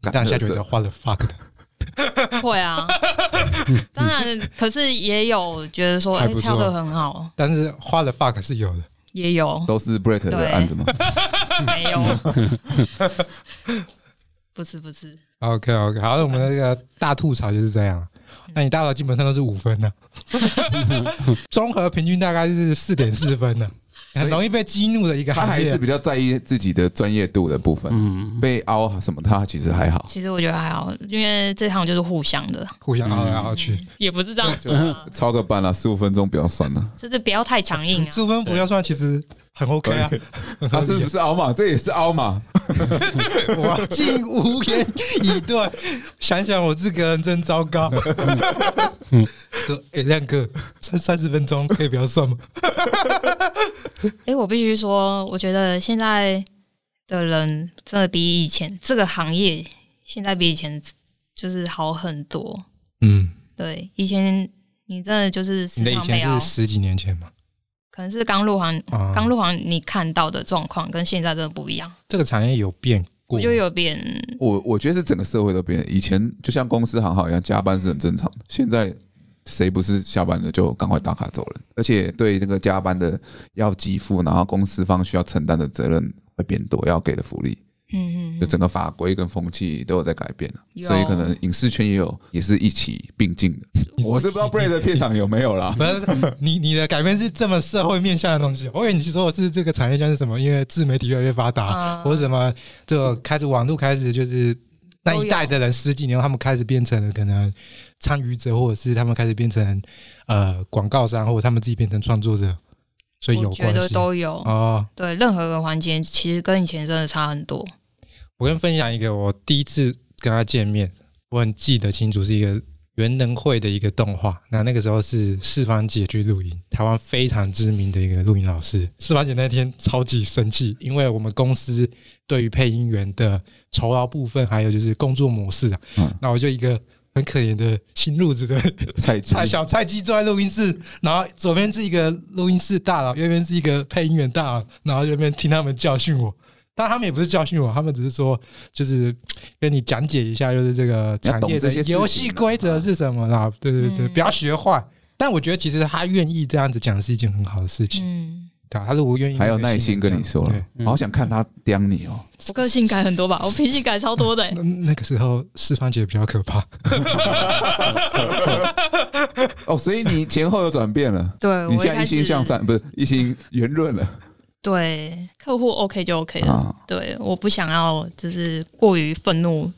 [SPEAKER 2] 你
[SPEAKER 3] 干
[SPEAKER 2] 当下觉
[SPEAKER 3] 垃
[SPEAKER 2] 得
[SPEAKER 3] 圾
[SPEAKER 2] 花了 fuck 的，
[SPEAKER 1] 会
[SPEAKER 2] *laughs*
[SPEAKER 1] 啊。当然，可是也有觉得说，
[SPEAKER 2] 还
[SPEAKER 1] 哎、
[SPEAKER 2] 不错
[SPEAKER 1] 跳的很好，
[SPEAKER 2] 但是花了 fuck 是有的。
[SPEAKER 1] 也有
[SPEAKER 3] 都是 break
[SPEAKER 1] 对
[SPEAKER 3] 的案子吗？
[SPEAKER 1] 没有？ *laughs* 不是不是，
[SPEAKER 2] OK OK，好，那我们那个大吐槽就是这样。那你大考基本上都是五分呢、综合平均大概是四点四分呢、很容易被激怒的一个
[SPEAKER 3] 他
[SPEAKER 2] 行
[SPEAKER 3] 还
[SPEAKER 2] 业
[SPEAKER 3] 是比较在意自己的专业度的部分，
[SPEAKER 4] 嗯，
[SPEAKER 3] 被凹什么他其实还
[SPEAKER 1] *laughs*
[SPEAKER 3] 好。
[SPEAKER 1] 其实我觉得还好，因为这行就是互相的，
[SPEAKER 2] 互
[SPEAKER 3] 嗯
[SPEAKER 2] 相凹来凹去，
[SPEAKER 1] 也不是这样
[SPEAKER 2] *laughs*
[SPEAKER 1] 说、啊，
[SPEAKER 3] 超个班了，十五分钟不要算了。
[SPEAKER 1] 就是不要太强硬啊。
[SPEAKER 2] 四分不要算，其实很 OK 啊。
[SPEAKER 3] 他是不是凹嘛？这也是凹嘛？
[SPEAKER 2] 我竟无言以对，想想我这个人真糟糕。说， *laughs* 哎、亮哥，三三十分钟可以不要算吗？
[SPEAKER 1] 哎、我必须说，我觉得现在的人真的比以前这个行业现在比以前就是好很多。
[SPEAKER 2] 嗯，
[SPEAKER 1] 对，以前你真的就是
[SPEAKER 2] 你
[SPEAKER 1] 时
[SPEAKER 2] 的以
[SPEAKER 1] 常
[SPEAKER 2] 前
[SPEAKER 1] 被熬
[SPEAKER 2] 是，十几年前嘛？
[SPEAKER 1] 可能是刚入行，
[SPEAKER 2] 啊、
[SPEAKER 1] 刚入行你看到的状况跟现在真的不一样，
[SPEAKER 2] 这个产业有变过
[SPEAKER 1] 我
[SPEAKER 2] 吗，
[SPEAKER 1] 就有点
[SPEAKER 3] 我我觉得是整个社会都变了。以前就像公司行号一样，加班是很正常的。现在谁不是下班了就赶快打卡走人？而且对那个加班的要给付，然后公司方需要承担的责任会变多，要给的福利，
[SPEAKER 1] 嗯嗯
[SPEAKER 3] 就
[SPEAKER 1] 嗯，
[SPEAKER 3] 整个法规跟风气都有在改变了。
[SPEAKER 1] 有
[SPEAKER 3] 所以可能影视圈也有，也是一起并进的。我是不知道 Bray 的片场有没有
[SPEAKER 1] *laughs*
[SPEAKER 3] 啦。
[SPEAKER 2] 不是你你的改变是这么社会面向的东西，我以为你说的是这个产业圈是什么，因为自媒体越来越发达，
[SPEAKER 1] 啊
[SPEAKER 2] 或者什么就开始网络开始就是那
[SPEAKER 1] 都
[SPEAKER 2] 一
[SPEAKER 1] 有
[SPEAKER 2] 代的人十几年后，他们开始变成了可能参与者，或者是他们开始变成呃广告商，或者他们自己变成创作者，所以有
[SPEAKER 1] 我觉
[SPEAKER 2] 关
[SPEAKER 1] 得
[SPEAKER 2] 系
[SPEAKER 1] 都有。
[SPEAKER 3] 啊
[SPEAKER 2] 哦。
[SPEAKER 1] 对，任何个环节其实跟以前真的差很多。
[SPEAKER 2] 我跟分享一个我第一次跟他见面，我很记得清楚，是一个元能会的一个动画。那那个时候是四方姐去录音，台湾非常知名的一个录音老师。四方姐那天超级生气，因为我们公司对于配音员的酬劳部分，还有就是工作模式啊，
[SPEAKER 3] 嗯
[SPEAKER 2] 那我就一个很可怜的新入职的
[SPEAKER 3] 菜鸡
[SPEAKER 2] 菜小菜鸡坐在录音室，然后左边是一个录音室大佬，右边是一个配音员大佬，然后右边听他们教训我。但他们也不是教训我，他们只是说，就是跟你讲解一下，就是这个产业的
[SPEAKER 3] 啊
[SPEAKER 2] 游戏规则是什么啦。对对对，
[SPEAKER 1] 嗯
[SPEAKER 2] 不要学坏。但我觉得其实他愿意这样子讲是一件很好的事情，
[SPEAKER 1] 嗯，
[SPEAKER 2] 对啊，他如果愿意，
[SPEAKER 3] 还有耐心跟你说了
[SPEAKER 2] 对，
[SPEAKER 4] 嗯
[SPEAKER 3] 好想看他刁你哦。
[SPEAKER 1] 我个性改很多吧，我脾气改超多 *laughs* 的、欸，
[SPEAKER 2] 那那个时候，四方姐比较可怕。
[SPEAKER 3] 哦，所以你前后有转变了
[SPEAKER 1] 对，
[SPEAKER 3] 你
[SPEAKER 1] 呃我一
[SPEAKER 3] 现在
[SPEAKER 1] 开
[SPEAKER 3] 一心
[SPEAKER 1] 始
[SPEAKER 3] 向善，不是一心圆润了
[SPEAKER 1] 对客户 OK 就 OK 了。
[SPEAKER 3] 啊
[SPEAKER 1] 对，我不想要就是过于愤怒，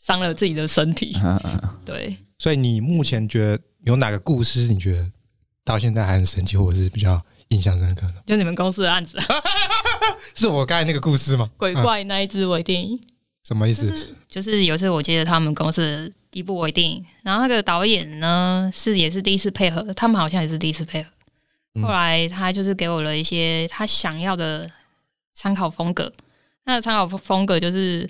[SPEAKER 1] 伤了自己的身体。
[SPEAKER 3] 啊啊！
[SPEAKER 1] 对，
[SPEAKER 2] 所以你目前觉得有哪个故事，你觉得到现在还很神奇，或者是比较印象深刻的？
[SPEAKER 1] 就你们公司的案子，啊
[SPEAKER 2] 是我刚才那个故事吗？
[SPEAKER 1] 鬼怪那一只微电影，
[SPEAKER 2] 什么意思？
[SPEAKER 1] 就是有一次我接了他们公司的一部微电影，然后那个导演呢是也是第一次配合，他们好像也是第一次配合。
[SPEAKER 2] 嗯
[SPEAKER 1] 后来他就是给我了一些他想要的参考风格，那个参考风格就是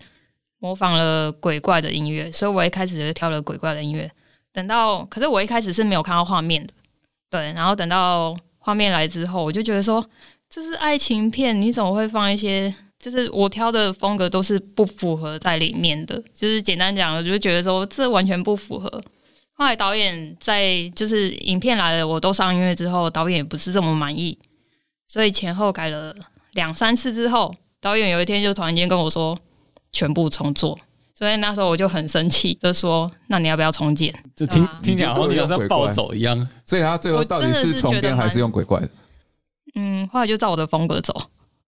[SPEAKER 1] 模仿了鬼怪的音乐，所以我一开始就挑了鬼怪的音乐。等到，可是我一开始是没有看到画面的，对，然后等到画面来之后，我就觉得说这是爱情片，你怎么会放一些？就是我挑的风格都是不符合在里面的，就是简单讲，我就觉得说这完全不符合。后来导演在就是影片来了，我都上音乐之后，导演也不是这么满意，所以前后改了两三次之后，导演有一天就突然间跟我说全部重做，所以那时候我就很生气的说，那你要不要重建？
[SPEAKER 4] 嗯这听
[SPEAKER 1] 啊
[SPEAKER 4] 听起来好像你好像暴走一样。
[SPEAKER 3] 所以他最后到底
[SPEAKER 1] 我真的
[SPEAKER 3] 是
[SPEAKER 1] 是
[SPEAKER 3] 重
[SPEAKER 1] 觉得
[SPEAKER 3] 编
[SPEAKER 1] 蛮
[SPEAKER 3] 还是用鬼怪的？
[SPEAKER 1] 嗯，后来就照我的风格走，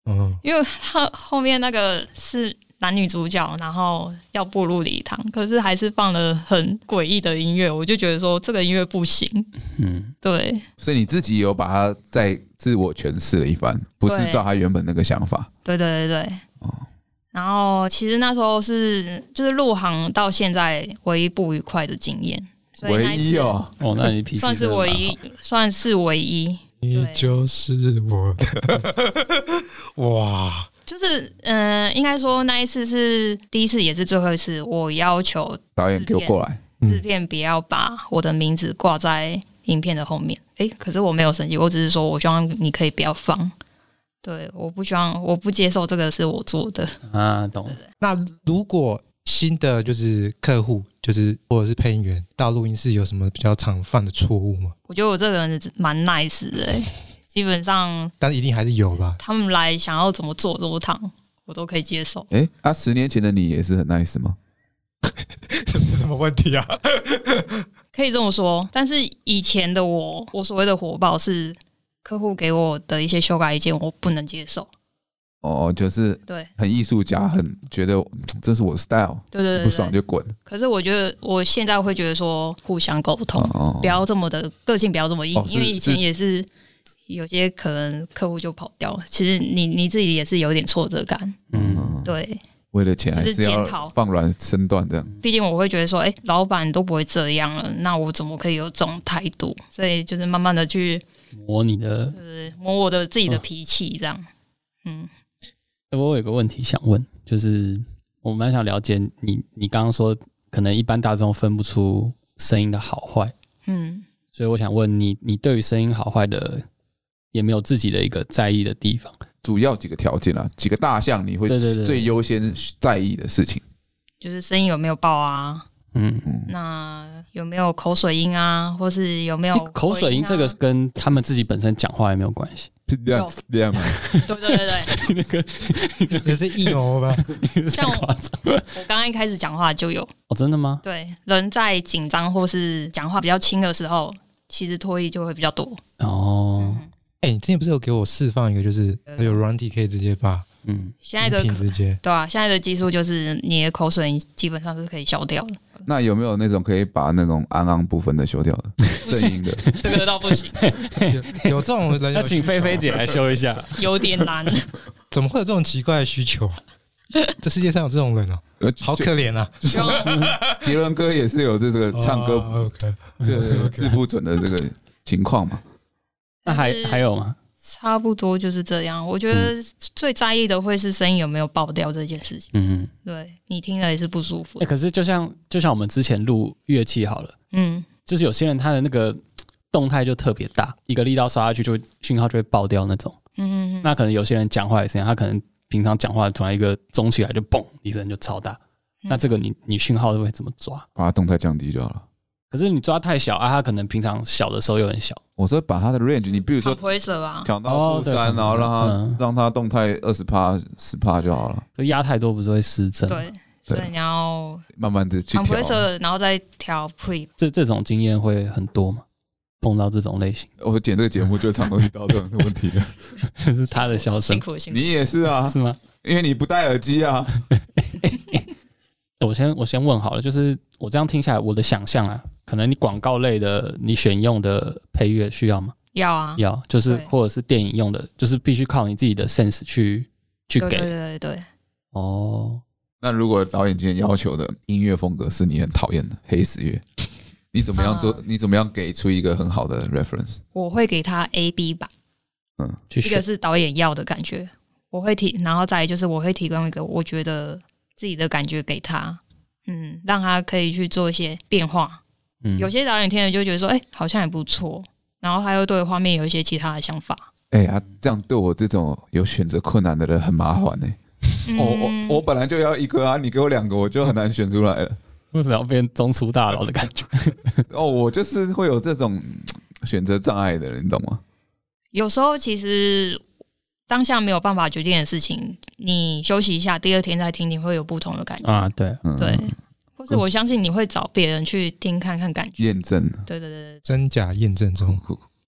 [SPEAKER 2] 嗯，
[SPEAKER 1] 因为他后面那个是男女主角，然后要步入礼堂，可是还是放了很诡异的音乐，我就觉得说这个音乐不行。
[SPEAKER 4] 嗯，
[SPEAKER 1] 对，
[SPEAKER 3] 所以你自己有把它再自我诠释了一番，不是照他原本那个想法。
[SPEAKER 1] 对对对对。
[SPEAKER 3] 哦
[SPEAKER 1] 然后其实那时候是就是入行到现在唯一不愉快的经验，所以那
[SPEAKER 3] 唯
[SPEAKER 1] 次
[SPEAKER 3] 一哦，
[SPEAKER 4] 哦，那你脾气
[SPEAKER 1] 算是
[SPEAKER 4] 真的蛮
[SPEAKER 1] 唯
[SPEAKER 4] 好
[SPEAKER 1] 一，算是唯一。
[SPEAKER 2] 你
[SPEAKER 1] 对
[SPEAKER 2] 就是我 *laughs* 的，哇！
[SPEAKER 1] 就是嗯、呃应该说那一次是第一次，也是最后一次，我要求
[SPEAKER 3] 导演给我过来，
[SPEAKER 1] 制片不要把我的名字挂在影片的后面。诶，可是我没有生气，我只是说我希望你可以不要放。对，我不希望，我不接受这个是我做的。
[SPEAKER 4] 啊，懂。
[SPEAKER 2] 那如果新的就是客户，就是或者是配音员到录音室有什么比较常犯的错误吗？
[SPEAKER 1] 我觉得我这个人蛮 nice 的、诶，基本上
[SPEAKER 2] 但一定还是有吧。
[SPEAKER 1] 他们来想要怎么做怎么躺，我都可以接受。
[SPEAKER 3] 哎，那、十年前的你也是很 nice 吗？
[SPEAKER 2] 这是什么问题啊？
[SPEAKER 1] 可以这么说，但是以前的我，我所谓的火爆是客户给我的一些修改意见，我不能接受。
[SPEAKER 3] 哦，就是
[SPEAKER 1] 对，
[SPEAKER 3] 很艺术家，很觉得嗯这是我的 style，
[SPEAKER 1] 对对对对
[SPEAKER 3] 不爽就滚。
[SPEAKER 1] 可是我觉得我现在会觉得说，互相沟通，
[SPEAKER 3] 哦
[SPEAKER 1] 不要这么的个性，不要这么硬，
[SPEAKER 3] 哦是
[SPEAKER 1] 因为以前也是有些可能客户就跑掉了，其实你你自己也是有点挫折感。
[SPEAKER 4] 嗯，，
[SPEAKER 1] 对，
[SPEAKER 3] 为了钱还
[SPEAKER 1] 就是是检
[SPEAKER 3] 要
[SPEAKER 1] 讨
[SPEAKER 3] 放软身段这样。
[SPEAKER 1] 毕竟我会觉得说，哎、老板都不会这样了，那我怎么可以有这种态度？所以就是慢慢的去
[SPEAKER 4] 模拟的
[SPEAKER 1] 就是磨我的
[SPEAKER 3] 嗯
[SPEAKER 1] 自己的脾气，这样。嗯，
[SPEAKER 4] 欸我有个问题想问，就是我蛮想了解你，你刚刚说可能一般大众分不出声音的好坏，
[SPEAKER 1] 嗯，
[SPEAKER 4] 所以我想问你，你对于声音好坏的也没有自己的一个在意的地方，
[SPEAKER 3] 主要几个条件啊，几个大项你会
[SPEAKER 4] 对对对
[SPEAKER 3] 最优先在意的事情。
[SPEAKER 1] 就是声音有没有爆啊？
[SPEAKER 4] 嗯。
[SPEAKER 3] 嗯，
[SPEAKER 1] 那有没有口水音啊？或是有没有
[SPEAKER 4] 因为口水音
[SPEAKER 1] 回
[SPEAKER 4] 这个
[SPEAKER 1] 啊
[SPEAKER 4] 跟他们自己本身讲话也没有关系，
[SPEAKER 3] 是这样
[SPEAKER 1] 有
[SPEAKER 3] 这样吗？
[SPEAKER 1] 对对对对，
[SPEAKER 4] 那个
[SPEAKER 2] 也是一模吧？
[SPEAKER 1] 像
[SPEAKER 4] *laughs*
[SPEAKER 1] 我
[SPEAKER 4] 太夸张了。
[SPEAKER 1] 我刚刚一开始讲话就有。
[SPEAKER 4] 哦，真的吗？
[SPEAKER 1] 对，人在紧张或是讲话比较轻的时候，其实唾液就会比较多。
[SPEAKER 4] 哦，
[SPEAKER 1] 嗯，
[SPEAKER 2] *laughs* 哎、你之前不是有给我释放一个，就是有软体可以直接把
[SPEAKER 4] 嗯，
[SPEAKER 1] 现在
[SPEAKER 2] 音
[SPEAKER 1] 的
[SPEAKER 2] 频直 *laughs* 接
[SPEAKER 1] 对啊，现在的技术就是你的口水音基本上是可以消掉的，
[SPEAKER 3] 那有没有那种可以把那种昂昂部分的修掉的正音的？
[SPEAKER 1] *laughs* 这个倒不行，
[SPEAKER 2] 有有这种
[SPEAKER 4] 嗯
[SPEAKER 2] 人有需求吗啊
[SPEAKER 4] 姐来修一下。
[SPEAKER 1] 有点难。
[SPEAKER 2] 怎么会有这种奇怪的需求？这世界上有这种人哦，
[SPEAKER 3] 呃
[SPEAKER 2] 好
[SPEAKER 3] 就
[SPEAKER 2] 可怜啊！
[SPEAKER 1] 希望
[SPEAKER 3] 杰伦哥也是有这这个 *laughs* 唱歌
[SPEAKER 2] 哦，OK，
[SPEAKER 3] 这个字不准的这个情况嘛。
[SPEAKER 4] *laughs* 那还
[SPEAKER 1] 就是
[SPEAKER 4] 还有吗？
[SPEAKER 1] *laughs* 差不多就是这样。我觉得最在意的会是声音有没有爆掉这件事情，
[SPEAKER 4] 嗯，
[SPEAKER 1] 对你听了也是不舒服
[SPEAKER 4] 哎、。可是就像就像我们之前录乐器好了，
[SPEAKER 1] 嗯，
[SPEAKER 4] 就是有些人他的那个动态就特别大，一个力道刷下去就会讯号就会爆掉那种。
[SPEAKER 1] 嗯嗯嗯
[SPEAKER 4] 那可能有些人讲话也是这样，他可能平常讲话突然一个中起来就嘣一声就超大，
[SPEAKER 1] 嗯
[SPEAKER 4] 那这个你你讯号会怎么抓？
[SPEAKER 3] 把它动态降低就好了。
[SPEAKER 4] 可是你抓太小啊，他可能平常小的时候又很小，
[SPEAKER 3] 我说把它的 range，你比如说
[SPEAKER 1] c o m p 啊，
[SPEAKER 3] 调到
[SPEAKER 4] 哦
[SPEAKER 3] 负
[SPEAKER 4] 对
[SPEAKER 3] 三，
[SPEAKER 4] 可能
[SPEAKER 3] 然后让它、
[SPEAKER 4] 嗯
[SPEAKER 3] 让它动态二十帕十帕就好了，
[SPEAKER 4] 就压太多不是会失真？，
[SPEAKER 1] 对，
[SPEAKER 3] 对
[SPEAKER 1] 所以你要
[SPEAKER 3] 慢慢的去
[SPEAKER 1] c o m p
[SPEAKER 3] 调啊
[SPEAKER 1] r e。s 然后再调 pre。
[SPEAKER 4] 这这种经验会很多吗？碰到这种类型，
[SPEAKER 3] 我剪这个节目就常常遇到这种问题的，
[SPEAKER 4] 是他的笑
[SPEAKER 1] 辛
[SPEAKER 4] 声
[SPEAKER 1] 苦辛苦，
[SPEAKER 3] 你也是啊，
[SPEAKER 4] 是吗？
[SPEAKER 3] 因为你不戴耳机啊。
[SPEAKER 4] 我先我先问好了，就是我这样听下来，我的想象啊，可能你广告类的你选用的配乐需要吗？
[SPEAKER 1] 要啊，
[SPEAKER 4] 要，就是
[SPEAKER 1] 对
[SPEAKER 4] 或者是电影用的，就是必须靠你自己的 sense 去去
[SPEAKER 1] 对
[SPEAKER 4] 给
[SPEAKER 1] 对对对对，
[SPEAKER 4] 哦。
[SPEAKER 3] 那如果导演今天要求的音乐风格是你很讨厌的黑死乐，你怎么样做
[SPEAKER 1] 啊？
[SPEAKER 3] 你怎么样给出一个很好的 reference？
[SPEAKER 1] 我会给他 A B 版，
[SPEAKER 4] 去
[SPEAKER 1] 一个
[SPEAKER 4] 选
[SPEAKER 1] 是导演要的感觉，我会提，然后再来就是我会提供一个我觉得自己的感觉给他，嗯，让他可以去做一些变化。
[SPEAKER 4] 嗯
[SPEAKER 1] 有些导演听了就觉得说，哎、好像也不错，然后他又对画面有一些其他的想法。
[SPEAKER 3] 哎呀，这样对我这种有选择困难的人很麻烦呢、
[SPEAKER 4] 哦
[SPEAKER 3] 哦我
[SPEAKER 1] 嗯
[SPEAKER 3] 我我本来就要一个啊，你给我两个，我就很难选出来了。
[SPEAKER 4] 为什么要变中出大佬的感觉？
[SPEAKER 3] 哦，我就是会有这种嗯选择障碍的人，你懂吗？
[SPEAKER 1] 有时候其实当下没有办法决定的事情，你休息一下，第二天再听，你会有不同的感觉。
[SPEAKER 4] 啊，嗯对，
[SPEAKER 3] 嗯，
[SPEAKER 1] 对，，或是我相信你会找别人去听看看感觉。
[SPEAKER 3] 验证
[SPEAKER 1] 对对对对，
[SPEAKER 2] 真假验证
[SPEAKER 1] 嗯
[SPEAKER 2] 中，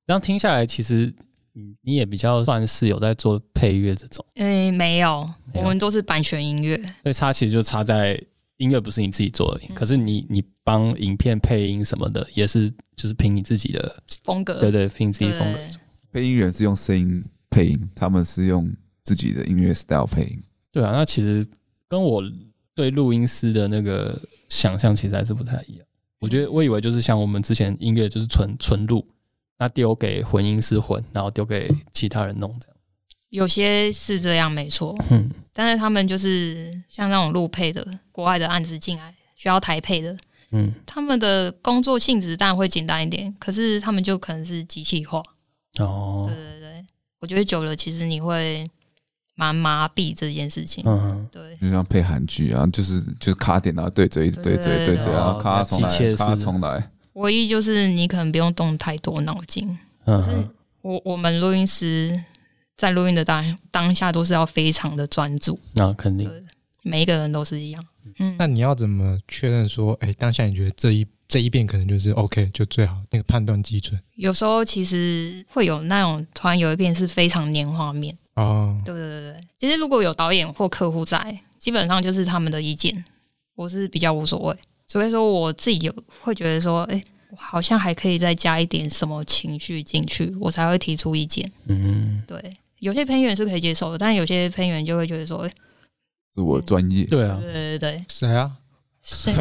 [SPEAKER 4] 这样听下来，其实你你也比较算是有在做配乐这种，
[SPEAKER 1] 因为没有，
[SPEAKER 4] 没有
[SPEAKER 1] 我们都是版权音乐。
[SPEAKER 4] 所以差其实就差在音乐不是你自己做的，
[SPEAKER 1] 嗯
[SPEAKER 4] 可是你你帮影片配音什么的，也是就是凭你自己的，
[SPEAKER 1] 风格，
[SPEAKER 4] 对对，凭自
[SPEAKER 1] 呃
[SPEAKER 4] 己
[SPEAKER 1] 对
[SPEAKER 4] 风格。
[SPEAKER 3] 配音员是用声音配音，他们是用自己的音乐 style 配音。
[SPEAKER 4] 对啊，那其实跟我对录音师的那个想象其实还是不太一样。我觉得我以为就是像我们之前音乐就是纯纯录，那丢给混音师混，然后丢给其他人弄这样。
[SPEAKER 1] 有些是这样没错，
[SPEAKER 4] 嗯，
[SPEAKER 1] 但是他们就是像那种路配的国外的案子进来需要台配的，
[SPEAKER 4] 嗯，
[SPEAKER 1] 他们的工作性质当然会简单一点，可是他们就可能是机器化。
[SPEAKER 4] 哦
[SPEAKER 1] 对，对对，我觉得久了其实你会蛮麻痹这件事情。
[SPEAKER 4] 嗯，
[SPEAKER 1] 对，
[SPEAKER 3] 就像配韩剧啊，就是就是卡点啊，对嘴一直对嘴
[SPEAKER 1] 对
[SPEAKER 3] 对嘴啊，
[SPEAKER 4] 哦
[SPEAKER 3] 卡
[SPEAKER 4] 那
[SPEAKER 3] 重
[SPEAKER 4] 机械
[SPEAKER 3] 来
[SPEAKER 4] 式
[SPEAKER 3] 卡
[SPEAKER 4] 的
[SPEAKER 3] 重来，
[SPEAKER 1] 唯一就是你可能不用动太多脑筋。
[SPEAKER 4] 嗯
[SPEAKER 1] 是，我我们录音师在录音的当当下都是要非常的专注，
[SPEAKER 4] 那肯定
[SPEAKER 1] 对，每一个人都是一样。嗯，
[SPEAKER 2] 那你要怎么确认说，哎、当下你觉得这一这一遍可能就是 OK 就最好那个判断基准
[SPEAKER 1] 有时候其实会有那种突然有一遍是非常黏画面，
[SPEAKER 2] 哦？
[SPEAKER 1] 对对对对。其实如果有导演或客户在，基本上就是他们的意见，我是比较无所谓。除非说我自己有会觉得说，哎、我好像还可以再加一点什么情绪进去，我才会提出意见。
[SPEAKER 4] 嗯，
[SPEAKER 1] 对，有些片源是可以接受的，但有些片源就会觉得说，哎
[SPEAKER 3] 是我专业。
[SPEAKER 4] 对啊
[SPEAKER 1] 对，对对对， *laughs*
[SPEAKER 2] 谁啊？
[SPEAKER 1] 是，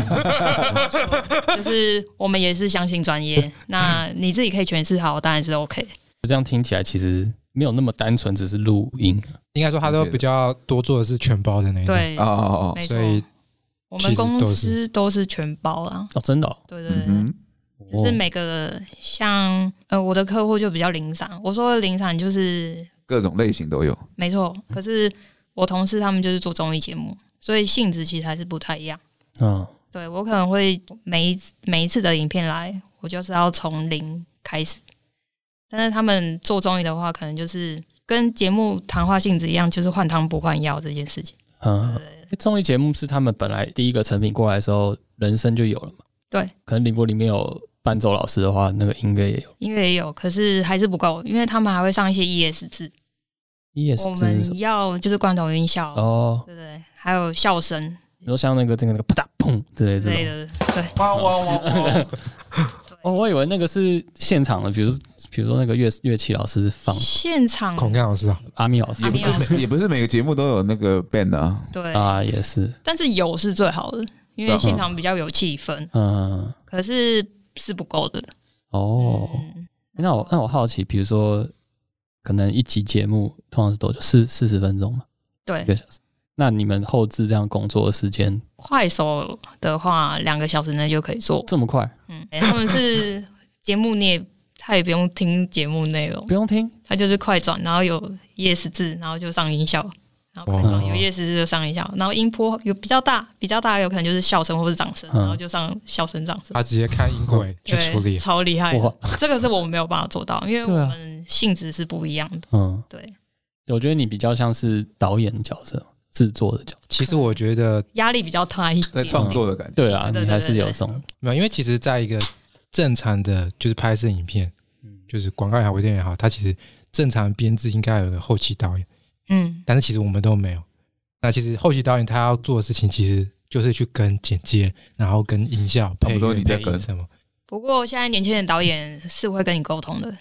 [SPEAKER 1] 就是我们也是相信专
[SPEAKER 4] *laughs*
[SPEAKER 1] 业，那你自己可以诠释好，当然是 OK。
[SPEAKER 4] 这样听起来其实没有那么单纯，只是录音。
[SPEAKER 2] 应该说他都比较多做的是全包的那
[SPEAKER 4] 嗯
[SPEAKER 2] 一种，
[SPEAKER 1] 对，
[SPEAKER 3] 啊哦哦，
[SPEAKER 1] 没错
[SPEAKER 2] 所。以
[SPEAKER 1] 我
[SPEAKER 2] 其
[SPEAKER 1] 们
[SPEAKER 2] 实都
[SPEAKER 1] 公
[SPEAKER 2] 是
[SPEAKER 1] 司都是全包啦，
[SPEAKER 4] 哦，真的、哦，
[SPEAKER 1] 对对
[SPEAKER 3] 嗯
[SPEAKER 1] 对，
[SPEAKER 3] 哼，
[SPEAKER 1] 只是每个像呃我的客户就比较零散，我说的零散就是
[SPEAKER 3] 各种类型都有。
[SPEAKER 1] 没错，可是我同事他们就是做综艺节目，所以性质其实还是不太一样。
[SPEAKER 4] 嗯，
[SPEAKER 1] 对我可能会每一每一次的影片来，我就是要从零开始，但是他们做综艺的话，可能就是跟节目谈话性质一样，就是换汤不换药这件事情。
[SPEAKER 3] 啊
[SPEAKER 4] 嗯，
[SPEAKER 1] 对
[SPEAKER 4] 诶综艺节目是他们本来第一个成品过来的时候，人声就有了嘛。
[SPEAKER 1] 对，
[SPEAKER 4] 可能宁波里面有伴奏老师的话，那个音乐也有。
[SPEAKER 1] 音乐也有，可是还是不够，因为他们还会上一些 ES 字。我
[SPEAKER 4] ES E 这是什么
[SPEAKER 1] 们要就是罐头音效，
[SPEAKER 4] 哦，
[SPEAKER 1] 对不对？还有笑声
[SPEAKER 4] 你说像那个这个那个啪嗒砰之类
[SPEAKER 1] 之
[SPEAKER 4] 的这
[SPEAKER 1] 类
[SPEAKER 4] 种，
[SPEAKER 1] 的，对
[SPEAKER 3] 哇哇哇！
[SPEAKER 1] 对。
[SPEAKER 4] 哦，我以为那个是现场的，比如比如说那个乐乐器老师放
[SPEAKER 1] 现场
[SPEAKER 2] 孔干老师啊，
[SPEAKER 1] 嗯
[SPEAKER 4] 阿密老师
[SPEAKER 3] 也不
[SPEAKER 1] 阿密老
[SPEAKER 3] 是
[SPEAKER 1] 师
[SPEAKER 3] 每也不是每个节目都有那个 band 啊，
[SPEAKER 1] 对，
[SPEAKER 4] 啊，也是，
[SPEAKER 1] 但是有是最好的，
[SPEAKER 3] 对
[SPEAKER 1] 因为
[SPEAKER 3] 啊
[SPEAKER 1] 现场比较有气氛，
[SPEAKER 4] 嗯，
[SPEAKER 1] 可是是不够的。
[SPEAKER 4] 哦，
[SPEAKER 1] 嗯
[SPEAKER 4] 那我那我好奇，比如说可能一集节目通常是多久？四四十分钟嘛，
[SPEAKER 1] 对
[SPEAKER 4] 一，个小时。那你们后置这样工作的时间
[SPEAKER 1] 快手的话，两个小时内就可以做。
[SPEAKER 4] 这么快，
[SPEAKER 1] 嗯，欸他们是节目，你也他也不用听节目内容
[SPEAKER 4] 不，用听
[SPEAKER 1] 他就是快转，然后有 yes 字，然后就上音效，然后快转
[SPEAKER 4] 哦
[SPEAKER 1] 有 yes 字就上音效，然后音波有比较大，比较大有可能就是笑声或是掌声，
[SPEAKER 4] 嗯
[SPEAKER 1] 然后就上笑声掌声。
[SPEAKER 2] *laughs* 他直接看音轨去处
[SPEAKER 1] 对，
[SPEAKER 2] 理。
[SPEAKER 1] 超厉害
[SPEAKER 4] 哇
[SPEAKER 1] 的！这个是我们没有办法做到，因为
[SPEAKER 4] 对啊
[SPEAKER 1] 我们性质是不一样的。
[SPEAKER 4] 嗯，
[SPEAKER 1] 对，
[SPEAKER 4] 我觉得你比较像是导演的角色，制作的角色。
[SPEAKER 2] 其实我觉得
[SPEAKER 1] 压力比较大一
[SPEAKER 3] 在
[SPEAKER 1] 点。
[SPEAKER 3] 创作的感觉。
[SPEAKER 4] 对啊啦，
[SPEAKER 1] 对对
[SPEAKER 4] 你还是
[SPEAKER 1] 对
[SPEAKER 4] 有
[SPEAKER 1] 对
[SPEAKER 4] 这种，
[SPEAKER 2] 没有，因为其实在一个正常的就是拍摄影片，就是广告也好，微电影也好，它其实正常编制应该有一个后期导演，
[SPEAKER 1] 嗯，
[SPEAKER 2] 但是其实我们都没有。那其实后期导演他要做的事情，其实就是去跟剪接，然后跟音效、
[SPEAKER 3] 差
[SPEAKER 2] 配
[SPEAKER 3] 不多
[SPEAKER 2] 乐、
[SPEAKER 3] 你在
[SPEAKER 2] 配音
[SPEAKER 3] 跟
[SPEAKER 2] 什么。
[SPEAKER 1] 不过现在年轻人导演是会跟你沟通的。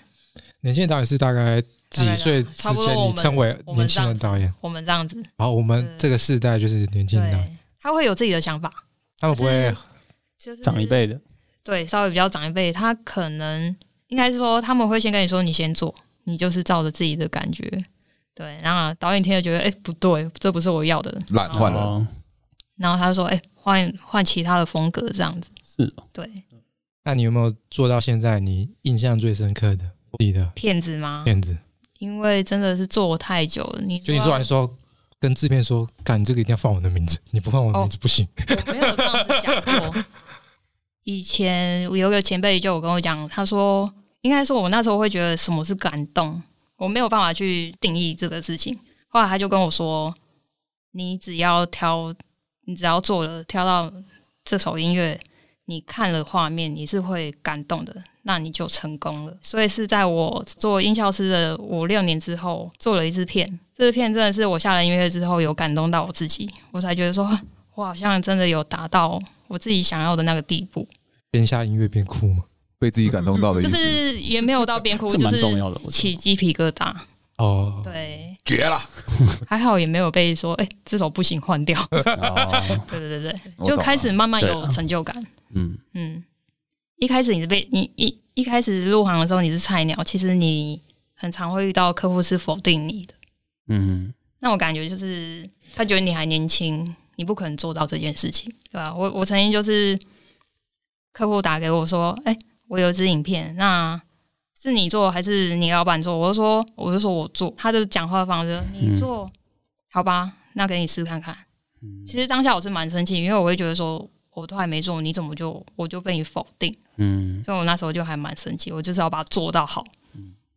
[SPEAKER 2] 年轻人导演是大概
[SPEAKER 1] 大
[SPEAKER 2] 几
[SPEAKER 1] 概
[SPEAKER 2] 岁
[SPEAKER 1] 差
[SPEAKER 2] 之
[SPEAKER 1] 不多
[SPEAKER 2] 前
[SPEAKER 1] 我
[SPEAKER 2] 你
[SPEAKER 1] 们
[SPEAKER 2] 称为
[SPEAKER 1] 我
[SPEAKER 2] 年
[SPEAKER 1] 们
[SPEAKER 2] 轻
[SPEAKER 1] 这
[SPEAKER 2] 人
[SPEAKER 1] 样子
[SPEAKER 2] 导演？
[SPEAKER 1] 我们这样子，
[SPEAKER 2] 然后我们
[SPEAKER 1] 对
[SPEAKER 2] 这个世代就是年轻人导演，
[SPEAKER 1] 对，他会有自己的想法，
[SPEAKER 2] 他们不会
[SPEAKER 1] 是就是
[SPEAKER 4] 长一，辈的，
[SPEAKER 1] 对，稍微比较长一辈，他可能应该是说他们会先跟你说你先做，你就是照着自己的感觉。对，然后导演听了觉得，哎、不对，这不是我要的。
[SPEAKER 3] 懒换了，
[SPEAKER 4] 哦，
[SPEAKER 1] 然后他就说，哎、换换其他的风格这样子。
[SPEAKER 4] 是哦
[SPEAKER 1] 对，
[SPEAKER 2] 那你有没有做到现在你印象最深刻的你的
[SPEAKER 1] 骗子吗？
[SPEAKER 2] 片子？
[SPEAKER 1] 因为真的是做太久了，你
[SPEAKER 2] 就你做完说，跟制片说，干，你这个一定要放我的名字，你不放我的
[SPEAKER 1] 哦
[SPEAKER 2] 名字不行。
[SPEAKER 1] 我没有这样子讲过。以前我有个前辈就有跟我讲，他说，应该说我那时候会觉得什么是感动，我没有办法去定义这个事情。后来他就跟我说，你只要挑，你只要做了挑到这首音乐，你看了画面，你是会感动的，那你就成功了。所以是在我做音效师的五六年之后，做了一支片。这支片真的是我下了音乐之后有感动到我自己，我才觉得说，我好像真的有达到我自己想要的那个地步，
[SPEAKER 2] 边下音乐边哭嘛。
[SPEAKER 3] 被自己感动到的意
[SPEAKER 1] 就
[SPEAKER 3] 思，
[SPEAKER 1] 是也没有到边哭，
[SPEAKER 4] 这
[SPEAKER 1] 就
[SPEAKER 4] 蛮
[SPEAKER 1] 是
[SPEAKER 4] 重要的。我觉
[SPEAKER 1] 起
[SPEAKER 4] 得
[SPEAKER 1] 鸡皮疙瘩。
[SPEAKER 2] 哦，，
[SPEAKER 1] 对，
[SPEAKER 3] 绝了。
[SPEAKER 1] 还好也没有被说，哎、这首不行，换
[SPEAKER 4] *laughs*
[SPEAKER 1] 掉。
[SPEAKER 4] 哦，
[SPEAKER 1] 对对对对，
[SPEAKER 3] 我懂
[SPEAKER 1] 就开始慢慢
[SPEAKER 4] 对
[SPEAKER 1] 有
[SPEAKER 4] 啊
[SPEAKER 1] 成就感。
[SPEAKER 4] 嗯，
[SPEAKER 1] 嗯，一开始你是被你一一开始入行的时候你是菜鸟，其实你很常会遇到客户是否定你的。
[SPEAKER 4] 嗯，
[SPEAKER 1] 那我感觉就是他觉得你还年轻，你不可能做到这件事情，对吧？我我曾经就是客户打给我说，哎、我有一支影片，那是你做还是你老板做？我就说我就说我做，他就讲话的方式，你做、好吧，那给你试看看。其实当下我是蛮生气，因为我会觉得说，我都还没做，你怎么就我就被你否定？
[SPEAKER 4] 嗯，
[SPEAKER 1] 所以我那时候就还蛮生气，我就是要把它做到好。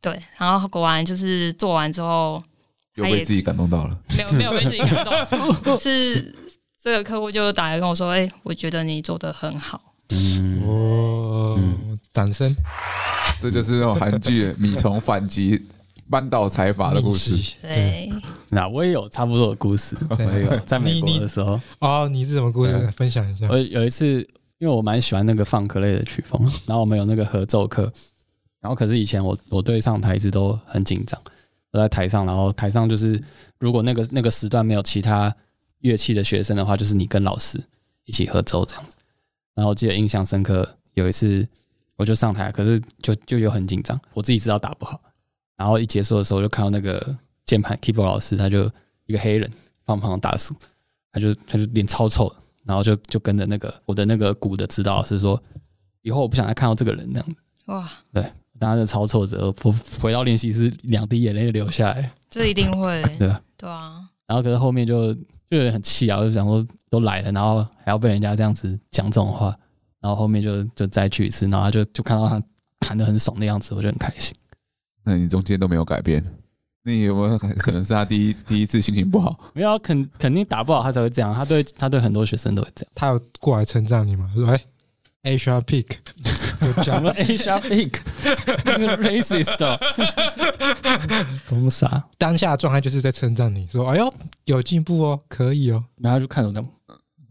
[SPEAKER 1] 对，然后果然就是做完之后，
[SPEAKER 3] 又被自己感动到了，
[SPEAKER 1] 没有没有被自己感动，是这个客户就打来跟我说：“哎、我觉得你做的很好。
[SPEAKER 4] 嗯，
[SPEAKER 2] 哦，
[SPEAKER 3] 嗯
[SPEAKER 2] 掌声，
[SPEAKER 3] 这就是那种韩剧 *laughs* 米虫反击扳倒财阀的故事
[SPEAKER 2] 逆。袭，
[SPEAKER 1] 对”
[SPEAKER 4] 那我也有差不多的故事，我也有在美国的时候，
[SPEAKER 2] 哦，你是什么故事
[SPEAKER 4] 对？
[SPEAKER 2] 分享一下
[SPEAKER 4] 我。有一次，因为我蛮喜欢那个放克类的曲风，然后我们有那个合奏课，然后可是以前我我对上台一直都很紧张，我在台上，然后台上就是如果那个那个时段没有其他乐器的学生的话，就是你跟老师一起合奏这样子。然后我记得印象深刻，有一次我就上台，可是就就有很紧张，我自己知道打不好，然后一结束的时候就看到那个键盘 keyboard 老师，他就一个黑人胖胖的大叔，他就他就脸超臭的。然后就就跟着那个我的那个鼓的指导老师说，以后我不想再看到这个人那样子。
[SPEAKER 1] 哇，
[SPEAKER 4] 当时超挫折，我回到练习室两滴眼泪流下来，
[SPEAKER 1] 这一定会
[SPEAKER 4] 对啊
[SPEAKER 1] 对啊，
[SPEAKER 4] 然后可是后面就就有点很气啊，我就想说都来了，然后还要被人家这样子讲这种话，然后后面就就再去一次，然后他就就看到他弹的很爽的样子，我就很开心。
[SPEAKER 3] 那你中间都没有改变，那你有没有可可能是他第一第一次心情不好？
[SPEAKER 4] 没有啊肯肯定打不好他才会这样，他对他对很多学生都会这样。
[SPEAKER 2] 他有过来称赞你吗？说哎，HR
[SPEAKER 4] *laughs*
[SPEAKER 2] Pick，
[SPEAKER 4] 什么 Asia Big，那个 racist，哦公傻。
[SPEAKER 2] 当下的状态就是在称赞你，说哎呦有进步哦，可以哦。
[SPEAKER 4] 然后他就看着我这样，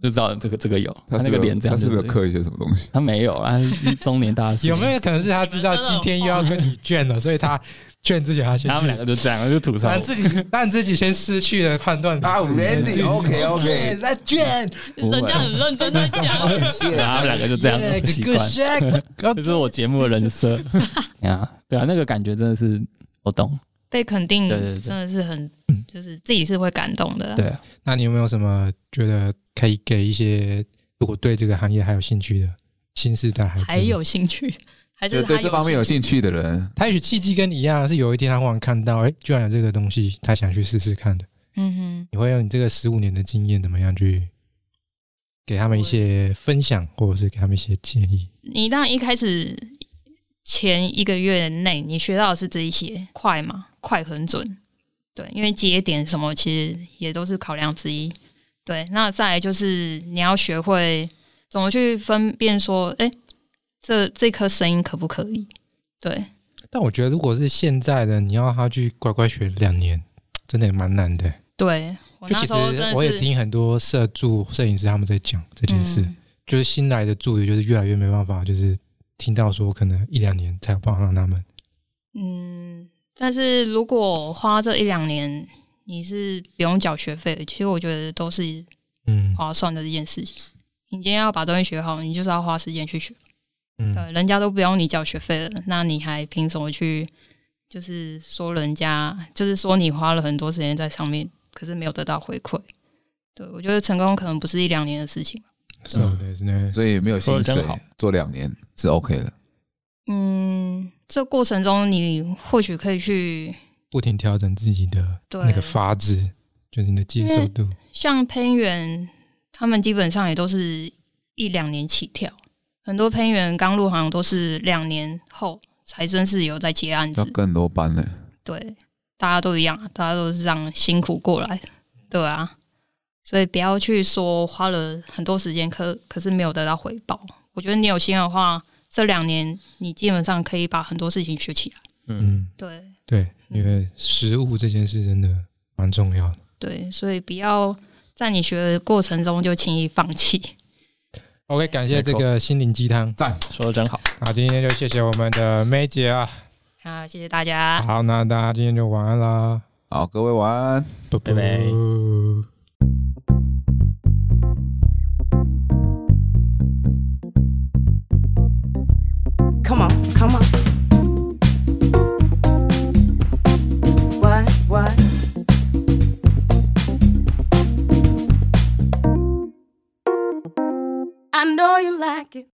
[SPEAKER 4] 就知道这个这个有他那
[SPEAKER 3] 是
[SPEAKER 4] 个
[SPEAKER 3] 不是
[SPEAKER 4] 脸这样
[SPEAKER 3] 他
[SPEAKER 4] 子
[SPEAKER 3] 是不是有刻一些什么东西？
[SPEAKER 4] 他没有啊，他是中年大 *laughs* 叔
[SPEAKER 2] 有没有可能是他知道今天又要跟你卷了，所以他卷之前他先
[SPEAKER 4] 他们两个就这样就吐槽
[SPEAKER 2] 让自己让自己先失去了判断。
[SPEAKER 3] 啊，Randy，OK，OK
[SPEAKER 2] 那卷
[SPEAKER 4] 不会
[SPEAKER 1] 人家很认真在讲，
[SPEAKER 4] 然 *laughs* 后他们两个就这样习惯， *laughs* 这是我节目的人设 *laughs* 啊，对啊，那个感觉真的是我懂，
[SPEAKER 1] 被肯定
[SPEAKER 4] 对对对
[SPEAKER 1] 真的是很，就是自己是会感动的啦。
[SPEAKER 4] 对啊，
[SPEAKER 2] 那你有没有什么觉得可以给一些如果对这个行业还有兴趣的新时代孩子？
[SPEAKER 1] 还，有兴趣，还是
[SPEAKER 3] 就对
[SPEAKER 1] 他
[SPEAKER 3] 这方面有
[SPEAKER 1] 兴
[SPEAKER 3] 兴趣的人，
[SPEAKER 2] 他也许契机跟你一样，是有一天他忽然看到，哎、居然有这个东西，他想去试试看的。
[SPEAKER 1] 趣，嗯哼，
[SPEAKER 2] 你会用你这个十五年的经验，怎么样去给他们一些分享，或者是给他们一些建议？
[SPEAKER 1] 你当然一开始前一个月内你学到的是这一些，快嘛，快很准，对，因为节点什么其实也都是考量之一。对，那再来就是你要学会怎么去分辨说，哎、这这颗声音可不可以？对，
[SPEAKER 2] 但我觉得，如果是现在的，你要他去乖乖学两年，真的也蛮难的。
[SPEAKER 1] 对，我
[SPEAKER 2] 就
[SPEAKER 1] 那
[SPEAKER 2] 其实
[SPEAKER 1] 时候真的是
[SPEAKER 2] 我也听很多摄助摄影师他们在讲这件事，
[SPEAKER 1] 嗯
[SPEAKER 2] 就是新来的助理就是越来越没办法，就是听到说可能一两年才有办法让他们。
[SPEAKER 1] 嗯，但是如果花这一两年你是不用缴学费的，其实我觉得都是
[SPEAKER 2] 嗯
[SPEAKER 1] 划哦算的一件事情。你今天要把东西学好，你就是要花时间去学。
[SPEAKER 2] 嗯，
[SPEAKER 1] 对，人家都不用你缴学费了，那你还凭什么去？就是说人家，就是说你花了很多时间在上面，可是没有得到回馈。对，我觉得成功可能不是一两年的事情。
[SPEAKER 2] 是
[SPEAKER 1] 嗯
[SPEAKER 2] 的，是的。
[SPEAKER 3] 所以没有薪
[SPEAKER 4] 说得
[SPEAKER 3] 水
[SPEAKER 4] 真好，
[SPEAKER 3] 做两年是 OK 的。
[SPEAKER 1] 嗯，这过程中你或许可以去
[SPEAKER 2] 不停调整自己的
[SPEAKER 1] 对
[SPEAKER 2] 那个发质，就是你的接受度。
[SPEAKER 1] 像喷员，他们基本上也都是一两年起跳，很多喷员刚入行都是两年后才真是有在接案
[SPEAKER 3] 要
[SPEAKER 1] 子。
[SPEAKER 3] 更多班呢，
[SPEAKER 1] 对，大家都一样，啊大家都是这样辛苦过来的，对啊。所以不要去说花了很多时间，可可是没有得到回报。我觉得你有心的话，这两年你基本上可以把很多事情学起来。
[SPEAKER 4] 嗯，
[SPEAKER 2] 嗯，
[SPEAKER 1] 对
[SPEAKER 2] 对，
[SPEAKER 1] 嗯
[SPEAKER 2] 因为食物这件事真的蛮重要的。
[SPEAKER 1] 对，所以不要在你学的过程中就轻易放弃。
[SPEAKER 2] OK，感谢
[SPEAKER 4] 没
[SPEAKER 2] 这
[SPEAKER 4] 错
[SPEAKER 2] 个心灵鸡汤。
[SPEAKER 4] 说的真好，
[SPEAKER 2] 好，今天就谢谢我们的梅姐啊。
[SPEAKER 1] 好，谢谢大
[SPEAKER 4] 啊
[SPEAKER 1] 家。
[SPEAKER 2] 好，那大家今天就晚安啦，
[SPEAKER 3] 好，各位晚安。
[SPEAKER 2] 拜
[SPEAKER 4] 拜拜
[SPEAKER 5] Come on, come on. What, what? I know you like it.